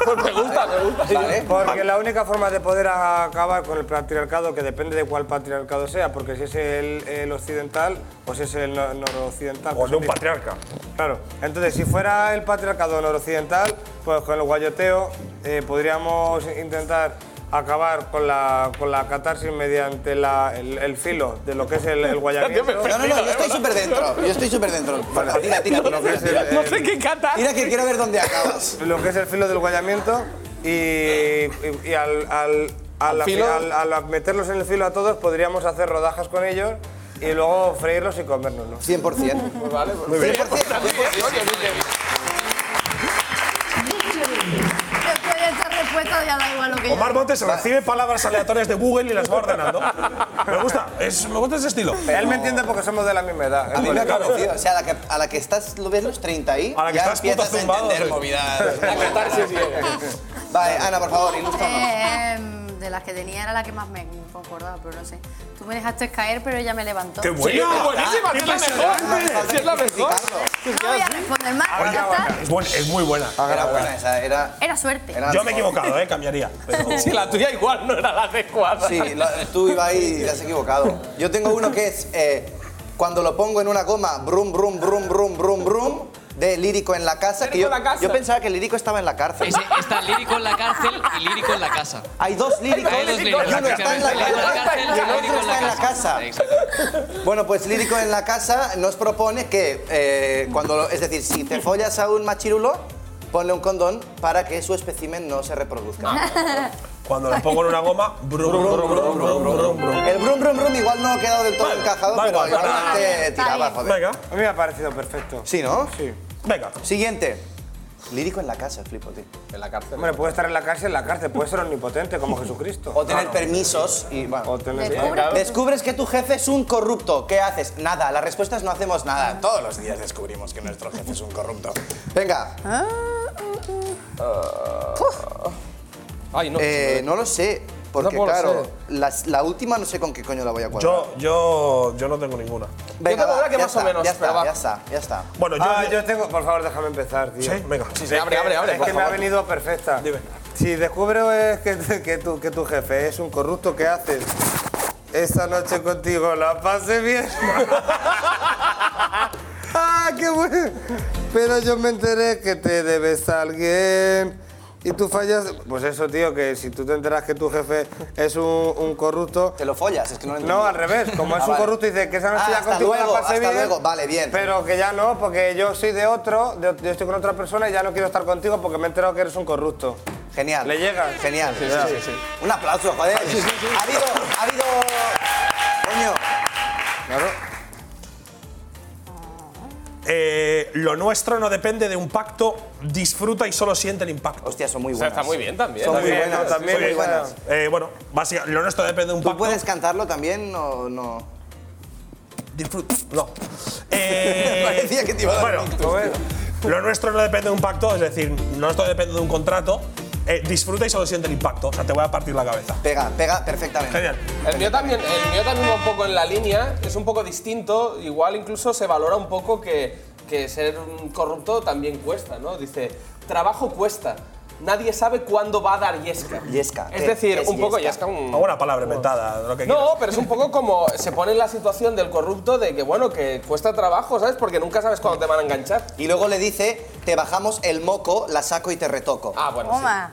[SPEAKER 5] Pues me gusta, me gusta.
[SPEAKER 11] Vale.
[SPEAKER 9] Porque la única forma de poder acabar con el patriarcado, que depende de cuál patriarcado sea, porque si es el, el occidental o si es el no- noroccidental.
[SPEAKER 4] O
[SPEAKER 9] pues
[SPEAKER 4] de un
[SPEAKER 9] sí.
[SPEAKER 4] patriarca.
[SPEAKER 9] Claro, entonces si fuera el patriarcado noroccidental, pues con el guayoteo eh, podríamos intentar acabar con la, con la catarsis mediante la- el, el filo de lo que es el, el guayamiento.
[SPEAKER 11] No, no, no, yo estoy súper dentro. Yo estoy súper dentro. Bueno, tira, tira, tira.
[SPEAKER 9] que es el-
[SPEAKER 11] tira.
[SPEAKER 9] el-
[SPEAKER 5] qué cata.
[SPEAKER 11] Mira que quiero ver dónde acabas.
[SPEAKER 9] lo que es el filo del guayamiento y, y- y al, al- a la-
[SPEAKER 5] filo?
[SPEAKER 9] al- al meterlos en el filo a todos podríamos hacer rodajas con ellos y luego freírlos y comérnoslos.
[SPEAKER 11] 100%.
[SPEAKER 5] Pues vale, pues.
[SPEAKER 11] 100%.
[SPEAKER 10] Después de esta respuesta ya da igual lo que yo.
[SPEAKER 4] Omar Montes recibe palabras aleatorias de Google y las va ordenando. Me gusta, es- me gusta ese estilo.
[SPEAKER 9] Él me entiende porque somos de la misma edad.
[SPEAKER 11] A mí me ha
[SPEAKER 4] Claro.
[SPEAKER 11] convencido. O sea, a la que, a la que estás, lo ves los 30 ahí,
[SPEAKER 4] A la que
[SPEAKER 11] ya
[SPEAKER 4] estás puto
[SPEAKER 11] empiezas a
[SPEAKER 4] zumbado,
[SPEAKER 11] entender
[SPEAKER 4] sí.
[SPEAKER 11] movidas.
[SPEAKER 5] La catarsis llega.
[SPEAKER 11] Vale, Ana, por favor, ilústranos.
[SPEAKER 10] Eh, em, de de las que tenía era la que más me concordaba, pero no sé. Tú me dejaste caer, pero ella me levantó.
[SPEAKER 4] ¡Qué buena! Sí, buenísima,
[SPEAKER 10] ¡Qué
[SPEAKER 4] es la mejor,
[SPEAKER 10] ¡Es la mejor! No voy a responder más,
[SPEAKER 4] Oye,
[SPEAKER 10] ya está.
[SPEAKER 4] es, buen- es muy buena.
[SPEAKER 11] Era buena esa, era.
[SPEAKER 10] Era suerte.
[SPEAKER 4] Yo me he equivocado, ¿eh? Cambiaría. Pero...
[SPEAKER 11] Sí,
[SPEAKER 4] la tuya igual no era la adecuada.
[SPEAKER 11] Sí, la- tú ibas y te has equivocado. Yo tengo uno que es eh, cuando lo pongo en una goma, brum, brum, brum, brum, brum, brum, de lírico en la casa. Que yo, yo pensaba que lírico estaba en la cárcel.
[SPEAKER 3] Ese- está lírico en la cárcel y lírico en la casa.
[SPEAKER 11] Hay dos líricos.
[SPEAKER 3] Hay dos líricos,
[SPEAKER 11] y uno está en la
[SPEAKER 3] efectivamente. Lírico en la
[SPEAKER 11] cárcel
[SPEAKER 3] cárcel
[SPEAKER 11] y el
[SPEAKER 3] lírico en
[SPEAKER 11] otro
[SPEAKER 3] la
[SPEAKER 11] está en la casa. Bueno, pues lírico en la casa nos propone que eh, cuando, lo- es decir, si te follas a un machirulo, ponle un condón para que su espécimen no se
[SPEAKER 3] Ah.
[SPEAKER 11] reproduzca.
[SPEAKER 4] Cuando la pongo en una goma, brum, brum, brum, brum, brum, brum, brum.
[SPEAKER 11] El brum brum brum igual no ha quedado del todo encajado,
[SPEAKER 4] da
[SPEAKER 11] pero
[SPEAKER 4] igual, da
[SPEAKER 11] igualmente
[SPEAKER 4] igual.
[SPEAKER 11] tiraba, joder.
[SPEAKER 4] Venga.
[SPEAKER 9] A mí me ha parecido perfecto.
[SPEAKER 11] Sí, ¿no?
[SPEAKER 9] Sí.
[SPEAKER 4] Venga.
[SPEAKER 11] Siguiente. Lírico en la casa, flipo, tío.
[SPEAKER 5] En la cárcel.
[SPEAKER 9] Hombre, puede estar en la cárcel, en la cárcel, puede ser omnipotente como Jesucristo.
[SPEAKER 11] O tener
[SPEAKER 9] Claro.
[SPEAKER 11] permisos y bueno.
[SPEAKER 9] O tener-
[SPEAKER 11] Descubres que tu jefe es un corrupto. ¿Qué haces? Nada. La respuesta es no hacemos nada. Todos los días descubrimos que nuestro jefe es un corrupto. Venga.
[SPEAKER 5] Ah. Ay, no.
[SPEAKER 11] Eh, no lo sé. Porque
[SPEAKER 5] puedo
[SPEAKER 11] claro,
[SPEAKER 5] ser.
[SPEAKER 11] las- la, última no sé con qué coño la voy a cuadrar.
[SPEAKER 4] Yo, yo, yo no tengo ninguna.
[SPEAKER 11] Venga,
[SPEAKER 5] tengo
[SPEAKER 11] va,
[SPEAKER 5] una que
[SPEAKER 11] ya
[SPEAKER 5] más o
[SPEAKER 11] está,
[SPEAKER 5] menos,
[SPEAKER 11] Ya
[SPEAKER 5] pero
[SPEAKER 11] está,
[SPEAKER 5] va.
[SPEAKER 11] ya está, ya está.
[SPEAKER 4] Bueno, yo.
[SPEAKER 9] Ah, yo tengo, por favor, déjame empezar, tío.
[SPEAKER 4] Sí, venga.
[SPEAKER 5] Sí,
[SPEAKER 9] Es
[SPEAKER 5] sí, abre,
[SPEAKER 9] que-
[SPEAKER 5] abre, abre.
[SPEAKER 9] Es
[SPEAKER 5] por
[SPEAKER 9] que me ha
[SPEAKER 5] favor.
[SPEAKER 9] venido perfecta.
[SPEAKER 4] Dime.
[SPEAKER 9] Si descubro es que, que tu, que tu jefe es un corrupto, ¿qué haces? Esa noche contigo la pasé bien. ¡Ah, qué bueno! Pero yo me enteré que te debes a alguien y tú fallas. Pues eso, tío, que si tú te enteras que tu jefe es un, un corrupto.
[SPEAKER 11] Te lo follas, es que no lo entiendo.
[SPEAKER 9] No, al revés. Como es
[SPEAKER 11] Ah,
[SPEAKER 9] un
[SPEAKER 11] vale.
[SPEAKER 9] corrupto, dice que esa noche
[SPEAKER 11] Ah,
[SPEAKER 9] ya
[SPEAKER 11] hasta
[SPEAKER 9] contigo
[SPEAKER 11] luego,
[SPEAKER 9] la pasé
[SPEAKER 11] hasta
[SPEAKER 9] bien.
[SPEAKER 11] luego. Vale, bien.
[SPEAKER 9] Pero que ya no, porque yo soy de otro, de- yo estoy con otra persona y ya no quiero estar contigo porque me he enterado que eres un corrupto.
[SPEAKER 11] Genial.
[SPEAKER 9] ¿Le llega?
[SPEAKER 11] Genial.
[SPEAKER 9] Sí, sí, sí, sí.
[SPEAKER 11] Un aplauso, joder. Ha habido, ha habido. Coño.
[SPEAKER 9] Claro.
[SPEAKER 4] Eh, lo nuestro no depende de un pacto, disfruta y solo siente el impacto.
[SPEAKER 11] Hostia, son muy
[SPEAKER 5] O sea,
[SPEAKER 11] buenas.
[SPEAKER 5] está muy bien también.
[SPEAKER 11] Son muy
[SPEAKER 5] También,
[SPEAKER 11] buenas,
[SPEAKER 5] ¿no?
[SPEAKER 11] también
[SPEAKER 9] También,
[SPEAKER 11] son muy
[SPEAKER 9] o sea,
[SPEAKER 11] buenas.
[SPEAKER 4] Eh, bueno, básicamente, lo nuestro depende de un
[SPEAKER 11] ¿Tú
[SPEAKER 4] pacto.
[SPEAKER 11] puedes cantarlo también o no?
[SPEAKER 4] Disfruta. No. Eh,
[SPEAKER 11] Parecía que te iba a dar
[SPEAKER 4] Bueno,
[SPEAKER 11] un ¿eh?
[SPEAKER 9] Joder.
[SPEAKER 4] Lo nuestro no depende de un pacto, es decir, no nuestro depende de un contrato. Eh, disfruta y solo siente el impacto. O sea, te voy a partir la cabeza.
[SPEAKER 11] Pega, pega perfectamente.
[SPEAKER 4] Genial.
[SPEAKER 5] El mío, también, el mío también va un poco en la línea, es un poco distinto, igual incluso se valora un poco que, que ser un corrupto también cuesta, ¿no? Dice, trabajo cuesta, nadie sabe cuándo va a dar yesca.
[SPEAKER 11] Yesca,
[SPEAKER 5] Es
[SPEAKER 11] ¿qué
[SPEAKER 5] decir,
[SPEAKER 11] es
[SPEAKER 5] un poco
[SPEAKER 11] yesca?
[SPEAKER 5] yesca, un,
[SPEAKER 4] Alguna palabra inventada, lo que quieras.
[SPEAKER 5] no, pero es un poco como se pone en la situación del corrupto de que, bueno, que cuesta trabajo, ¿sabes? Porque nunca sabes cuándo te van a enganchar.
[SPEAKER 11] Y luego le dice, te bajamos el moco, la saco y te retoco.
[SPEAKER 5] Ah, bueno, sí.
[SPEAKER 10] Toma.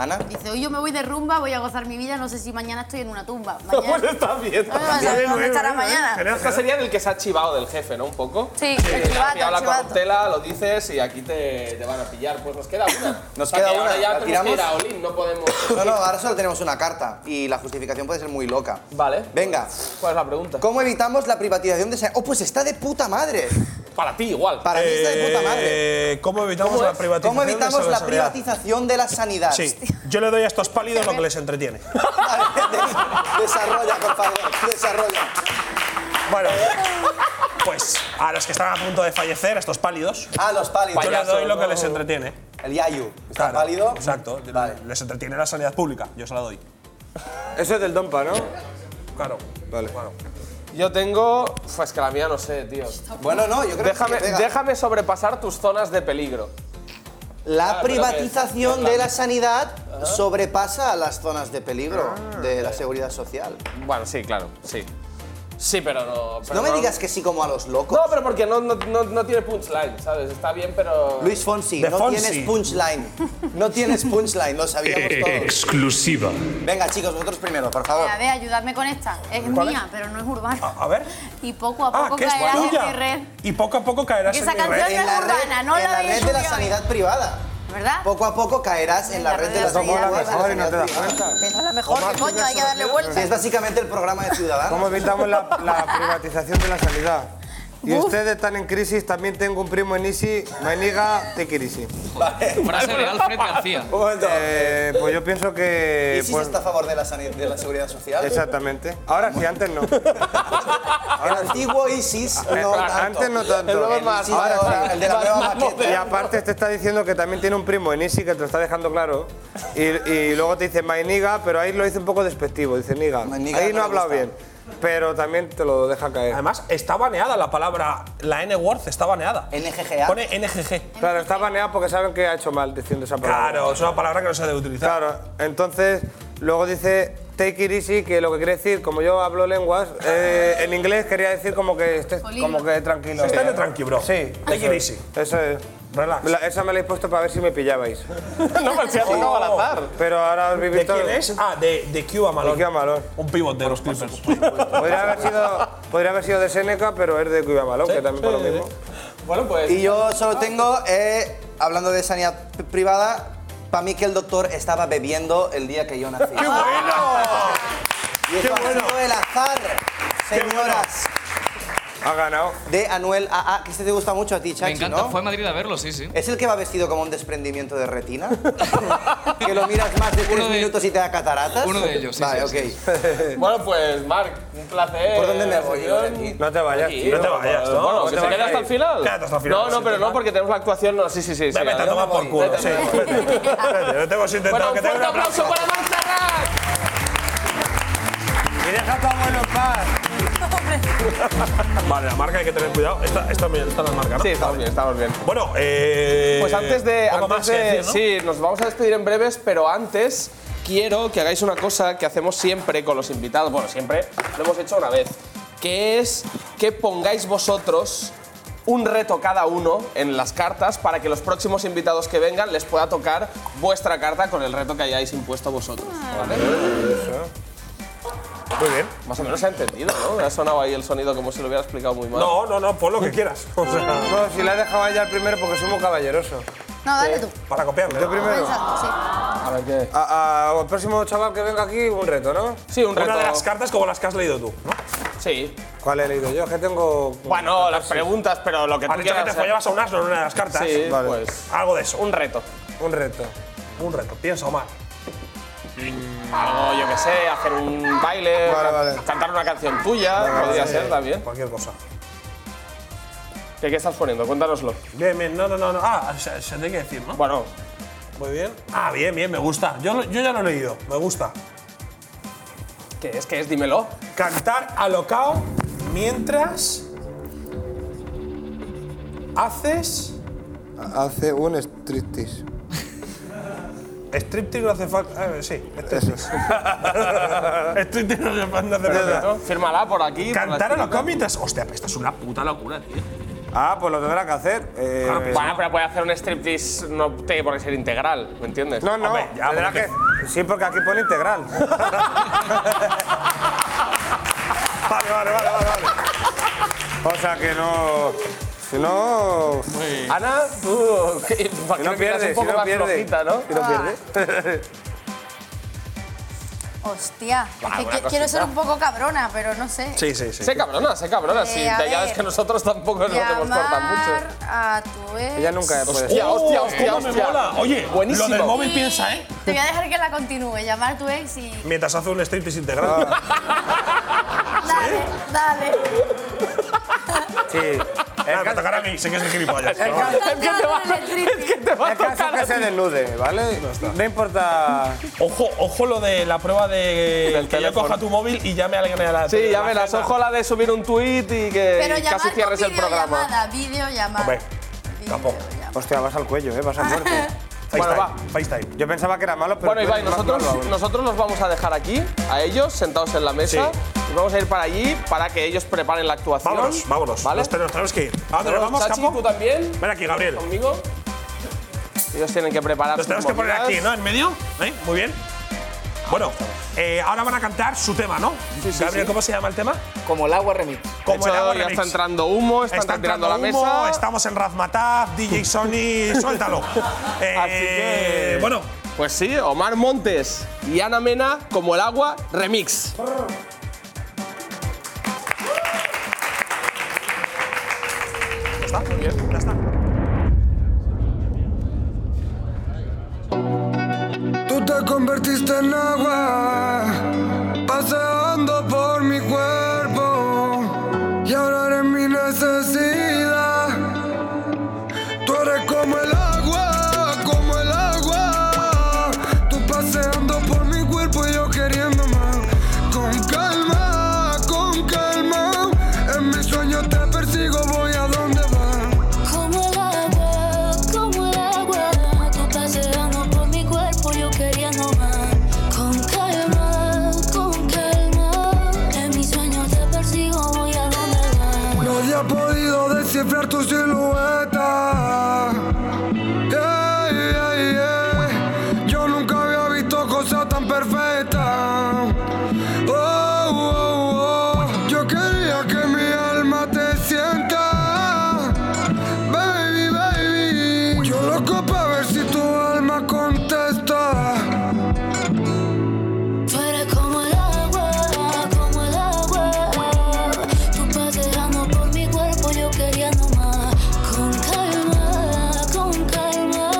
[SPEAKER 11] Ana.
[SPEAKER 10] Dice, hoy yo me voy de rumba, voy a gozar mi vida, no sé si mañana estoy en una tumba. Mañana.
[SPEAKER 5] Bueno, está bien.
[SPEAKER 10] No me vas a saber ¿Dónde estará mañana?
[SPEAKER 5] Esta sería del que se ha chivado del jefe, ¿no? Un poco.
[SPEAKER 10] Sí,
[SPEAKER 5] Que
[SPEAKER 10] el
[SPEAKER 5] te
[SPEAKER 10] chivato,
[SPEAKER 5] ha pillado la
[SPEAKER 10] el chivato.
[SPEAKER 5] corruptela, lo dices y aquí te, te van a pillar. Pues nos queda una.
[SPEAKER 11] Nos
[SPEAKER 5] O sea,
[SPEAKER 11] queda
[SPEAKER 5] que ahora
[SPEAKER 11] una, ¿la
[SPEAKER 5] ya tenemos que ir a
[SPEAKER 11] tiramos?
[SPEAKER 5] Olin, no podemos.
[SPEAKER 11] No, no, ahora solo tenemos una carta y la justificación puede ser muy loca.
[SPEAKER 5] Vale.
[SPEAKER 11] Venga,
[SPEAKER 5] ¿Cuál es la pregunta?
[SPEAKER 11] ¿cómo evitamos la privatización de esa? Oh, pues está de puta madre.
[SPEAKER 5] Para ti, igual.
[SPEAKER 11] Para mí está de puta madre.
[SPEAKER 4] Eh, ¿Cómo evitamos
[SPEAKER 5] ¿Cómo
[SPEAKER 4] la
[SPEAKER 5] es?
[SPEAKER 4] privatización?
[SPEAKER 11] ¿Cómo
[SPEAKER 4] de
[SPEAKER 11] evitamos
[SPEAKER 4] esa
[SPEAKER 11] la
[SPEAKER 4] sanidad?
[SPEAKER 11] privatización de la sanidad?
[SPEAKER 4] Sí, yo le doy a estos pálidos lo que les entretiene.
[SPEAKER 11] Vale, des- desarrolla, por favor, desarrolla.
[SPEAKER 4] Bueno, pues a los que están a punto de fallecer, a estos pálidos,
[SPEAKER 11] Ah, los pálidos.
[SPEAKER 4] yo les doy lo que les entretiene.
[SPEAKER 11] El Yayu. ¿Está
[SPEAKER 4] Claro,
[SPEAKER 11] pálido?
[SPEAKER 4] Exacto,
[SPEAKER 11] Vale.
[SPEAKER 4] les entretiene la sanidad pública, yo se la doy.
[SPEAKER 9] Eso es del Dompa, ¿no?
[SPEAKER 4] Claro.
[SPEAKER 11] Vale.
[SPEAKER 4] Bueno.
[SPEAKER 5] Yo tengo. Pues que la mía no sé, tío.
[SPEAKER 11] Bueno, no, yo creo
[SPEAKER 5] Déjame,
[SPEAKER 11] que pega.
[SPEAKER 5] déjame sobrepasar tus zonas de peligro.
[SPEAKER 11] La
[SPEAKER 5] Ah, pero Ah. que-
[SPEAKER 11] privatización de la sanidad sobrepasa a las zonas de peligro
[SPEAKER 5] Ah.
[SPEAKER 11] de la seguridad social.
[SPEAKER 5] Bueno, sí, claro, sí. Sí, pero no. pero
[SPEAKER 11] No me digas que sí como a los locos.
[SPEAKER 5] No, pero porque no, no, no, no tiene punchline, ¿sabes? Está bien, pero.
[SPEAKER 11] Luis Fonsi,
[SPEAKER 4] De
[SPEAKER 11] no
[SPEAKER 4] Fonsi.
[SPEAKER 11] tienes punchline. No tienes punchline, lo sabíamos todos.
[SPEAKER 8] Exclusiva.
[SPEAKER 11] Venga, chicos, vosotros primero, por favor.
[SPEAKER 10] A ver, ayudarme con esta. Es
[SPEAKER 4] ¿Cuál
[SPEAKER 10] mía, pero no es urbana.
[SPEAKER 4] A, a ver.
[SPEAKER 10] Y poco a
[SPEAKER 4] Ah,
[SPEAKER 10] poco
[SPEAKER 4] que es
[SPEAKER 10] caerás en mi
[SPEAKER 4] tuya.
[SPEAKER 10] red.
[SPEAKER 4] Y poco a poco caerás
[SPEAKER 10] Que
[SPEAKER 4] en
[SPEAKER 10] esa
[SPEAKER 4] mi
[SPEAKER 10] canción-
[SPEAKER 4] red.
[SPEAKER 10] no es urbana, no
[SPEAKER 11] en
[SPEAKER 10] la
[SPEAKER 11] la
[SPEAKER 10] habéis
[SPEAKER 11] red de la
[SPEAKER 10] subido
[SPEAKER 11] sanidad privada.
[SPEAKER 10] ¿verdad?
[SPEAKER 11] Poco a poco caerás en la red de la
[SPEAKER 10] Somos
[SPEAKER 11] sanidad
[SPEAKER 10] la mejor
[SPEAKER 9] y no te das
[SPEAKER 11] privada.
[SPEAKER 10] Que no es la mejor, que coño, hay que darle
[SPEAKER 11] Sí,
[SPEAKER 10] vuelta.
[SPEAKER 11] es básicamente el programa de Ciudadanos.
[SPEAKER 9] ¿Cómo evitamos la, la privatización de la sanidad? Y ustedes están en crisis, también tengo un primo en Isi, Maniga, te Isi.
[SPEAKER 3] Frase de Alfred García.
[SPEAKER 11] Un momento.
[SPEAKER 9] Eh, pues yo pienso que...
[SPEAKER 11] ¿Y si se
[SPEAKER 9] pues,
[SPEAKER 11] está a favor de la, sani- de la seguridad social?
[SPEAKER 9] Exactamente. Ahora sí, antes no.
[SPEAKER 11] El antiguo ISIS
[SPEAKER 4] Ah,
[SPEAKER 9] Eh,
[SPEAKER 11] no
[SPEAKER 9] a-
[SPEAKER 11] tanto.
[SPEAKER 9] Antes no tanto.
[SPEAKER 11] El nuevo más, ahora, el de la nueva maqueta.
[SPEAKER 9] Y aparte te está diciendo que también tiene un primo en Isi que te lo está dejando claro. Y, y luego te dice my niga, pero ahí lo dice un poco despectivo. Dice niga.
[SPEAKER 11] nigga
[SPEAKER 9] Ahí
[SPEAKER 11] no
[SPEAKER 9] no
[SPEAKER 11] me
[SPEAKER 9] ha hablado
[SPEAKER 11] gusta.
[SPEAKER 9] bien. Pero también te lo deja caer.
[SPEAKER 4] Además, está baneada la palabra, la N-word está baneada.
[SPEAKER 11] NGGA.
[SPEAKER 4] Pone NGG.
[SPEAKER 9] Claro, está baneado porque saben que ha hecho mal diciendo esa palabra.
[SPEAKER 4] Claro, es una palabra que no se debe utilizar.
[SPEAKER 9] Claro, entonces luego dice take it easy, que lo que quiere decir, como yo hablo lenguas, eh, en inglés quería decir como que estés como que tranquilo.
[SPEAKER 4] Se está
[SPEAKER 9] Eh,
[SPEAKER 4] de tranqui, bro.
[SPEAKER 9] Sí.
[SPEAKER 4] Take
[SPEAKER 9] eso
[SPEAKER 4] it
[SPEAKER 9] es,
[SPEAKER 4] easy.
[SPEAKER 9] Eso es.
[SPEAKER 4] Relax.
[SPEAKER 9] La- esa me la he puesto para ver si me pillabais.
[SPEAKER 4] no, pero si ha tocado al azar.
[SPEAKER 9] Pero ahora os
[SPEAKER 4] ¿De
[SPEAKER 9] vivido.
[SPEAKER 4] quién es? Ah, de, de Cuba Malone.
[SPEAKER 9] De Cuba Malone.
[SPEAKER 4] Un pivot de los Clippers.
[SPEAKER 9] Podría haber sido, podría haber sido de Seneca, pero es de Cuba Malón, que también por lo mismo.
[SPEAKER 5] Bueno, pues.
[SPEAKER 11] Y yo solo tengo, eh, hablando de sanidad p- privada, para mí que el doctor estaba bebiendo el día que yo nací.
[SPEAKER 4] ¡Qué bueno!
[SPEAKER 11] Y
[SPEAKER 4] qué
[SPEAKER 11] esto ha
[SPEAKER 4] bueno.
[SPEAKER 11] sido el azar, señoras,
[SPEAKER 9] Ha ganado.
[SPEAKER 11] de Anuel AA, que este te gusta mucho a ti,
[SPEAKER 3] Me
[SPEAKER 11] Chachi,
[SPEAKER 3] encanta,
[SPEAKER 11] ¿no?
[SPEAKER 3] fue a Madrid a verlo, sí, sí.
[SPEAKER 11] ¿Es el que va vestido como un desprendimiento de retina? ¿Que lo miras más de
[SPEAKER 3] Uno
[SPEAKER 11] tres
[SPEAKER 3] de-
[SPEAKER 11] minutos y te da cataratas?
[SPEAKER 3] uno de ellos, sí,
[SPEAKER 11] Vale,
[SPEAKER 3] sí, sí,
[SPEAKER 11] ok.
[SPEAKER 5] Bueno, pues, Marc, un placer.
[SPEAKER 11] ¿Por dónde me voy
[SPEAKER 5] voy
[SPEAKER 11] yo de aquí?
[SPEAKER 9] No te vayas, tío.
[SPEAKER 4] No te vayas, ¿no?
[SPEAKER 5] Bueno,
[SPEAKER 4] No
[SPEAKER 5] que
[SPEAKER 4] te
[SPEAKER 5] se
[SPEAKER 4] vayas.
[SPEAKER 5] quede hasta el final.
[SPEAKER 4] Quédate hasta el final,
[SPEAKER 5] No,
[SPEAKER 4] sí,
[SPEAKER 5] no, pero
[SPEAKER 4] te
[SPEAKER 5] no,
[SPEAKER 4] vas.
[SPEAKER 5] porque tenemos la actuación. No, sí, sí, sí.
[SPEAKER 4] Vete
[SPEAKER 5] sí,
[SPEAKER 4] a
[SPEAKER 5] adiós.
[SPEAKER 4] tomar por culo,
[SPEAKER 5] Vete,
[SPEAKER 4] sí. Vete,
[SPEAKER 5] vete.
[SPEAKER 4] vete, te hemos
[SPEAKER 5] Bueno,
[SPEAKER 4] intentado
[SPEAKER 5] un
[SPEAKER 4] que te dé
[SPEAKER 5] fuerte
[SPEAKER 4] un
[SPEAKER 5] aplauso pues.
[SPEAKER 4] aplauso.
[SPEAKER 5] para Marc Serrat.
[SPEAKER 9] Y deja a tu abuelo en paz.
[SPEAKER 4] Vale, la marca hay que tener cuidado. Esta, esta, bien, esta es la marca, ¿no?
[SPEAKER 5] Sí, estamos bien, estamos bien.
[SPEAKER 4] Bueno, eh.
[SPEAKER 5] Pues antes de.
[SPEAKER 4] poco
[SPEAKER 5] antes
[SPEAKER 4] más que
[SPEAKER 5] de-
[SPEAKER 4] decir, ¿no?
[SPEAKER 5] Sí, nos vamos a despedir en breves, pero antes quiero que hagáis una cosa que hacemos siempre con los invitados. Bueno, siempre lo hemos hecho una vez. Que es que pongáis vosotros un reto cada uno en las cartas para que los próximos invitados que vengan les pueda tocar vuestra carta con el reto que hayáis impuesto vosotros. ¿vale?
[SPEAKER 4] Muy bien.
[SPEAKER 5] Más o menos se ha entendido, ¿no? Me ha sonado ahí el sonido como si lo hubiera explicado muy mal.
[SPEAKER 4] No, no, no, pon lo que quieras. O sea,
[SPEAKER 9] No, si la he dejado a ella el primero porque soy muy caballeroso.
[SPEAKER 10] No, dale tú.
[SPEAKER 4] para copiarle.
[SPEAKER 9] Yo primero.
[SPEAKER 10] Exacto, sí.
[SPEAKER 5] A ver qué.
[SPEAKER 9] A- a- al próximo chaval que venga aquí, un reto, ¿no?
[SPEAKER 5] Sí, un reto.
[SPEAKER 4] Una de las cartas como las que has leído tú. ¿no?
[SPEAKER 5] Sí.
[SPEAKER 9] ¿Cuál he leído yo? Es que tengo.
[SPEAKER 5] Bueno, las preguntas, pero lo que tú
[SPEAKER 4] Has dicho que
[SPEAKER 5] quieras.
[SPEAKER 4] te
[SPEAKER 5] ¿eh?
[SPEAKER 4] follabas a un asno en una de las cartas.
[SPEAKER 5] Sí,
[SPEAKER 9] Vale.
[SPEAKER 5] pues.
[SPEAKER 4] Algo de eso.
[SPEAKER 5] Un reto.
[SPEAKER 9] Un reto.
[SPEAKER 4] Un reto. Piensa, Omar.
[SPEAKER 5] Algo, yo qué sé, hacer un baile,
[SPEAKER 9] Vale, vale.
[SPEAKER 5] cantar una canción tuya, podría ser también.
[SPEAKER 4] Cualquier cosa.
[SPEAKER 5] ¿Qué, qué estás poniendo? Cuéntanoslo.
[SPEAKER 4] Bien, bien. No, no, no. no. Ah, se, se tiene que decir, ¿no?
[SPEAKER 5] Bueno,
[SPEAKER 4] Muy bien. Ah, bien, bien. Me gusta. Yo, lo- yo ya lo he leído. Me gusta.
[SPEAKER 5] ¿qué es? ¿Qué es? Dímelo.
[SPEAKER 4] Cantar alocao mientras haces…
[SPEAKER 9] Hace un striptease.
[SPEAKER 4] Striptease no hace falta… eh, sí, striptease. striptease no hace falta. no hace falta.
[SPEAKER 5] ¿No? Fírmala por aquí. por la
[SPEAKER 4] Cantar
[SPEAKER 5] esquinita.
[SPEAKER 4] alocao mientras… Hostia, esta es una puta locura, tío.
[SPEAKER 9] Ah, pues lo tendrá que hacer. Eh,
[SPEAKER 5] Bueno, pero puede hacer un striptease, no tiene por qué ser integral, ¿me entiendes?
[SPEAKER 9] no, no.
[SPEAKER 4] Hombre, ya,
[SPEAKER 9] tendrá
[SPEAKER 4] porque-
[SPEAKER 9] que. Sí, porque aquí pone integral.
[SPEAKER 4] Vale, vale, vale, vale. vale.
[SPEAKER 9] o sea que no. Si no.
[SPEAKER 5] Ana, tú.
[SPEAKER 9] Si
[SPEAKER 5] para
[SPEAKER 9] no
[SPEAKER 5] que pierdes,
[SPEAKER 9] pierde,
[SPEAKER 5] un
[SPEAKER 9] si
[SPEAKER 5] poco
[SPEAKER 9] no
[SPEAKER 5] más
[SPEAKER 9] pierde.
[SPEAKER 5] flojita, ¿no?
[SPEAKER 9] Si no pierde.
[SPEAKER 10] Hostia, es que
[SPEAKER 5] una
[SPEAKER 10] qui- quiero ser
[SPEAKER 5] cosita.
[SPEAKER 10] un poco cabrona, pero no sé.
[SPEAKER 4] Sí, sí, sí.
[SPEAKER 5] Sé cabrona, sé cabrona. Si
[SPEAKER 10] Eh, a
[SPEAKER 5] ya
[SPEAKER 10] ver.
[SPEAKER 5] ves que nosotros tampoco nos hacemos cortar mucho.
[SPEAKER 10] Llamar a tu ex.
[SPEAKER 9] Ella nunca puede ser.
[SPEAKER 1] Oh,
[SPEAKER 5] Hostia, hostia, hostia,
[SPEAKER 4] cómo me
[SPEAKER 5] hostia.
[SPEAKER 4] mola. Oye,
[SPEAKER 5] Buenísimo.
[SPEAKER 4] lo del móvil
[SPEAKER 10] Y
[SPEAKER 4] piensa, ¿eh?
[SPEAKER 10] Te voy a dejar que la continúe. Llamar a tu ex y.
[SPEAKER 4] Mientras hace un striptease integral.
[SPEAKER 10] Dale, dale.
[SPEAKER 9] Sí.
[SPEAKER 4] Ah,
[SPEAKER 9] El
[SPEAKER 4] me
[SPEAKER 9] caso,
[SPEAKER 4] tocará a mí, sé que es el gilipollas.
[SPEAKER 9] el caso-
[SPEAKER 10] Es que te va, es que te
[SPEAKER 9] el caso es que se desnude, ¿vale? No importa.
[SPEAKER 4] Ojo, ojo lo de la prueba de
[SPEAKER 5] Del
[SPEAKER 4] que yo
[SPEAKER 5] teléfono.
[SPEAKER 4] coja tu móvil y llame a alguien a la
[SPEAKER 5] Sí, ya me las
[SPEAKER 4] agenda.
[SPEAKER 5] ojo a la de subir un tuit y que
[SPEAKER 10] Pero llamar
[SPEAKER 5] casi cierres
[SPEAKER 10] con
[SPEAKER 5] el programa.
[SPEAKER 10] videollamada, videollamada.
[SPEAKER 4] Hombre, capo.
[SPEAKER 10] Videollamada.
[SPEAKER 9] Hostia, vas al cuello, ¿eh? Vas a muerte.
[SPEAKER 4] FaceTime,
[SPEAKER 5] Bueno,
[SPEAKER 4] FaceTime.
[SPEAKER 9] Yo pensaba que era malo, pero.
[SPEAKER 5] Bueno,
[SPEAKER 9] tú
[SPEAKER 5] Ibai,
[SPEAKER 9] eres más malo
[SPEAKER 5] nosotros,
[SPEAKER 9] aún.
[SPEAKER 5] nosotros los vamos a dejar aquí, a ellos, sentados en la mesa. Y vamos a ir para allí para que ellos preparen la actuación.
[SPEAKER 4] Vámonos, vámonos.
[SPEAKER 5] ¿Vale?
[SPEAKER 4] Nos tenemos, tenemos que ir. ¿A dónde nos
[SPEAKER 5] Vámonos,
[SPEAKER 4] vamos,
[SPEAKER 5] Chachi,
[SPEAKER 4] capo?
[SPEAKER 5] tú también,
[SPEAKER 4] Ven aquí, Gabriel.
[SPEAKER 5] conmigo. Ellos tienen que preparar
[SPEAKER 4] Nos
[SPEAKER 5] sus
[SPEAKER 4] tenemos que poner
[SPEAKER 5] movidas.
[SPEAKER 4] aquí, ¿no? En medio. ¿Eh? Muy bien. Bueno, eh, ahora van a cantar su tema, ¿no?
[SPEAKER 5] sí,
[SPEAKER 4] Gabriel,
[SPEAKER 5] sí.
[SPEAKER 4] ¿cómo se llama el tema?
[SPEAKER 3] Como el agua remix.
[SPEAKER 5] De
[SPEAKER 4] Como
[SPEAKER 5] hecho,
[SPEAKER 4] el agua
[SPEAKER 5] ya
[SPEAKER 4] remix.
[SPEAKER 5] está entrando humo, están,
[SPEAKER 4] Está
[SPEAKER 5] retirando
[SPEAKER 4] entrando
[SPEAKER 5] la
[SPEAKER 4] humo,
[SPEAKER 5] mesa.
[SPEAKER 4] Estamos en Razmataz, DJ Sony, suéltalo. Eh,
[SPEAKER 5] Así que-
[SPEAKER 4] Bueno,
[SPEAKER 5] Pues sí, Omar Montes y Ana Mena, como el agua, remix.
[SPEAKER 9] te convertiste en agua, paseando por mi cuerpo. Y ahora eres mi necesidad. Tú eres como el agua, como el agua. Tú paseando por mi cuerpo y yo queriendo más. Con calma, con calma. En mis sueños te persigo, voy a donde vas.
[SPEAKER 10] Como el agua, como el agua, tú paseando por mi cuerpo, yo quería no más. Con calma, con calma, en mis sueños te persigo, voy a donde vas.
[SPEAKER 9] Nadie ha podido descifrar tu silueta. Yeah, yeah, yeah. Yo nunca había visto cosas tan perfectas. Oh, oh, oh. Yo quería que mi alma te sienta. Baby, baby. Yo loco para ver si tu alma contesta.
[SPEAKER 10] Tú eres como el agua, como el agua. Tú paseando por mi cuerpo, yo queriendo más. Con calma, con calma.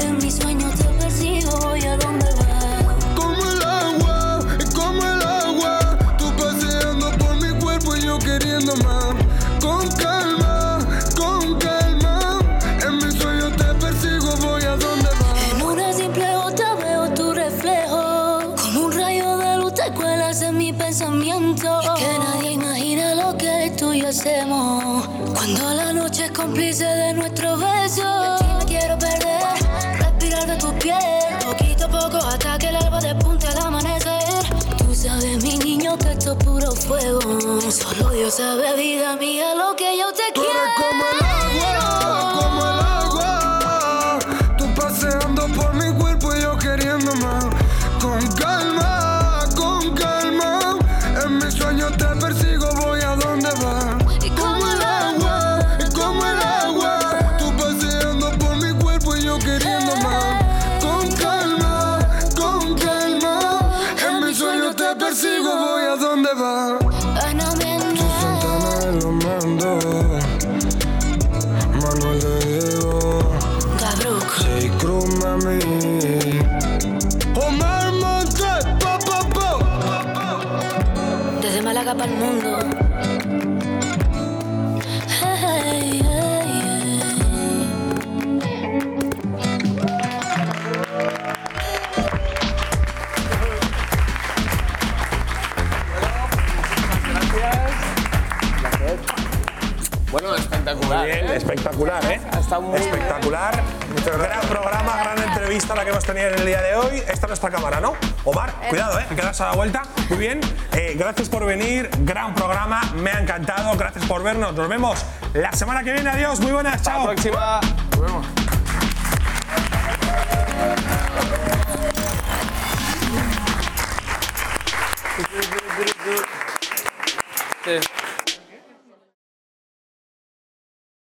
[SPEAKER 10] En mis sueños te persigo, voy a donde vas.
[SPEAKER 9] Como el agua, como el agua, tú paseando por mi cuerpo y yo queriendo más. Con calma, con calma, en mis sueños te persigo, voy a donde vas.
[SPEAKER 10] En una simple gota veo tu reflejo. Como un rayo de luz te cuelas en mi pensamiento. Y que nadie imagina lo que tú y yo hacemos. Cuando la noche es cómplice de nuestro beso. De ti me quiero perder, respirar de tu piel. Poquito a poco hasta que el alba despunte al amanecer. Tú sabes, mi niño, que esto es puro fuego. Solo Dios sabe, vida mía, lo que yo te quiero.
[SPEAKER 9] Como el agua, tú paseando por mi cuerpo y yo queriendo más. Con calma, con calma, en mis sueños te persigo, voy a donde vas. Como el agua, como el agua, tú paseando por mi cuerpo y yo queriendo más. Con calma, con calma, en mis sueños te persigo, voy a donde vas.
[SPEAKER 10] Fenomenal.
[SPEAKER 9] Santana lo mando, Manuel de Diego, J. Cruz, mami. Omar Montes, pa, pa, pa.
[SPEAKER 10] Desde Málaga para el mundo. Hey, hey,
[SPEAKER 5] Bueno, espectacular.
[SPEAKER 4] Muy bien,
[SPEAKER 5] ¿eh?
[SPEAKER 4] espectacular, ¿eh?
[SPEAKER 5] Está muy
[SPEAKER 4] espectacular. Gran programa, gran entrevista la que hemos tenido en el día de hoy. Esta es nuestra cámara, ¿no? Omar, cuidado, ¿eh? Quedas a la vuelta. Muy bien. Eh, gracias por venir. Gran programa. Me ha encantado. Gracias por vernos. Nos vemos la semana que viene. Adiós. Muy buenas. Chao.
[SPEAKER 5] próxima. Nos vemos.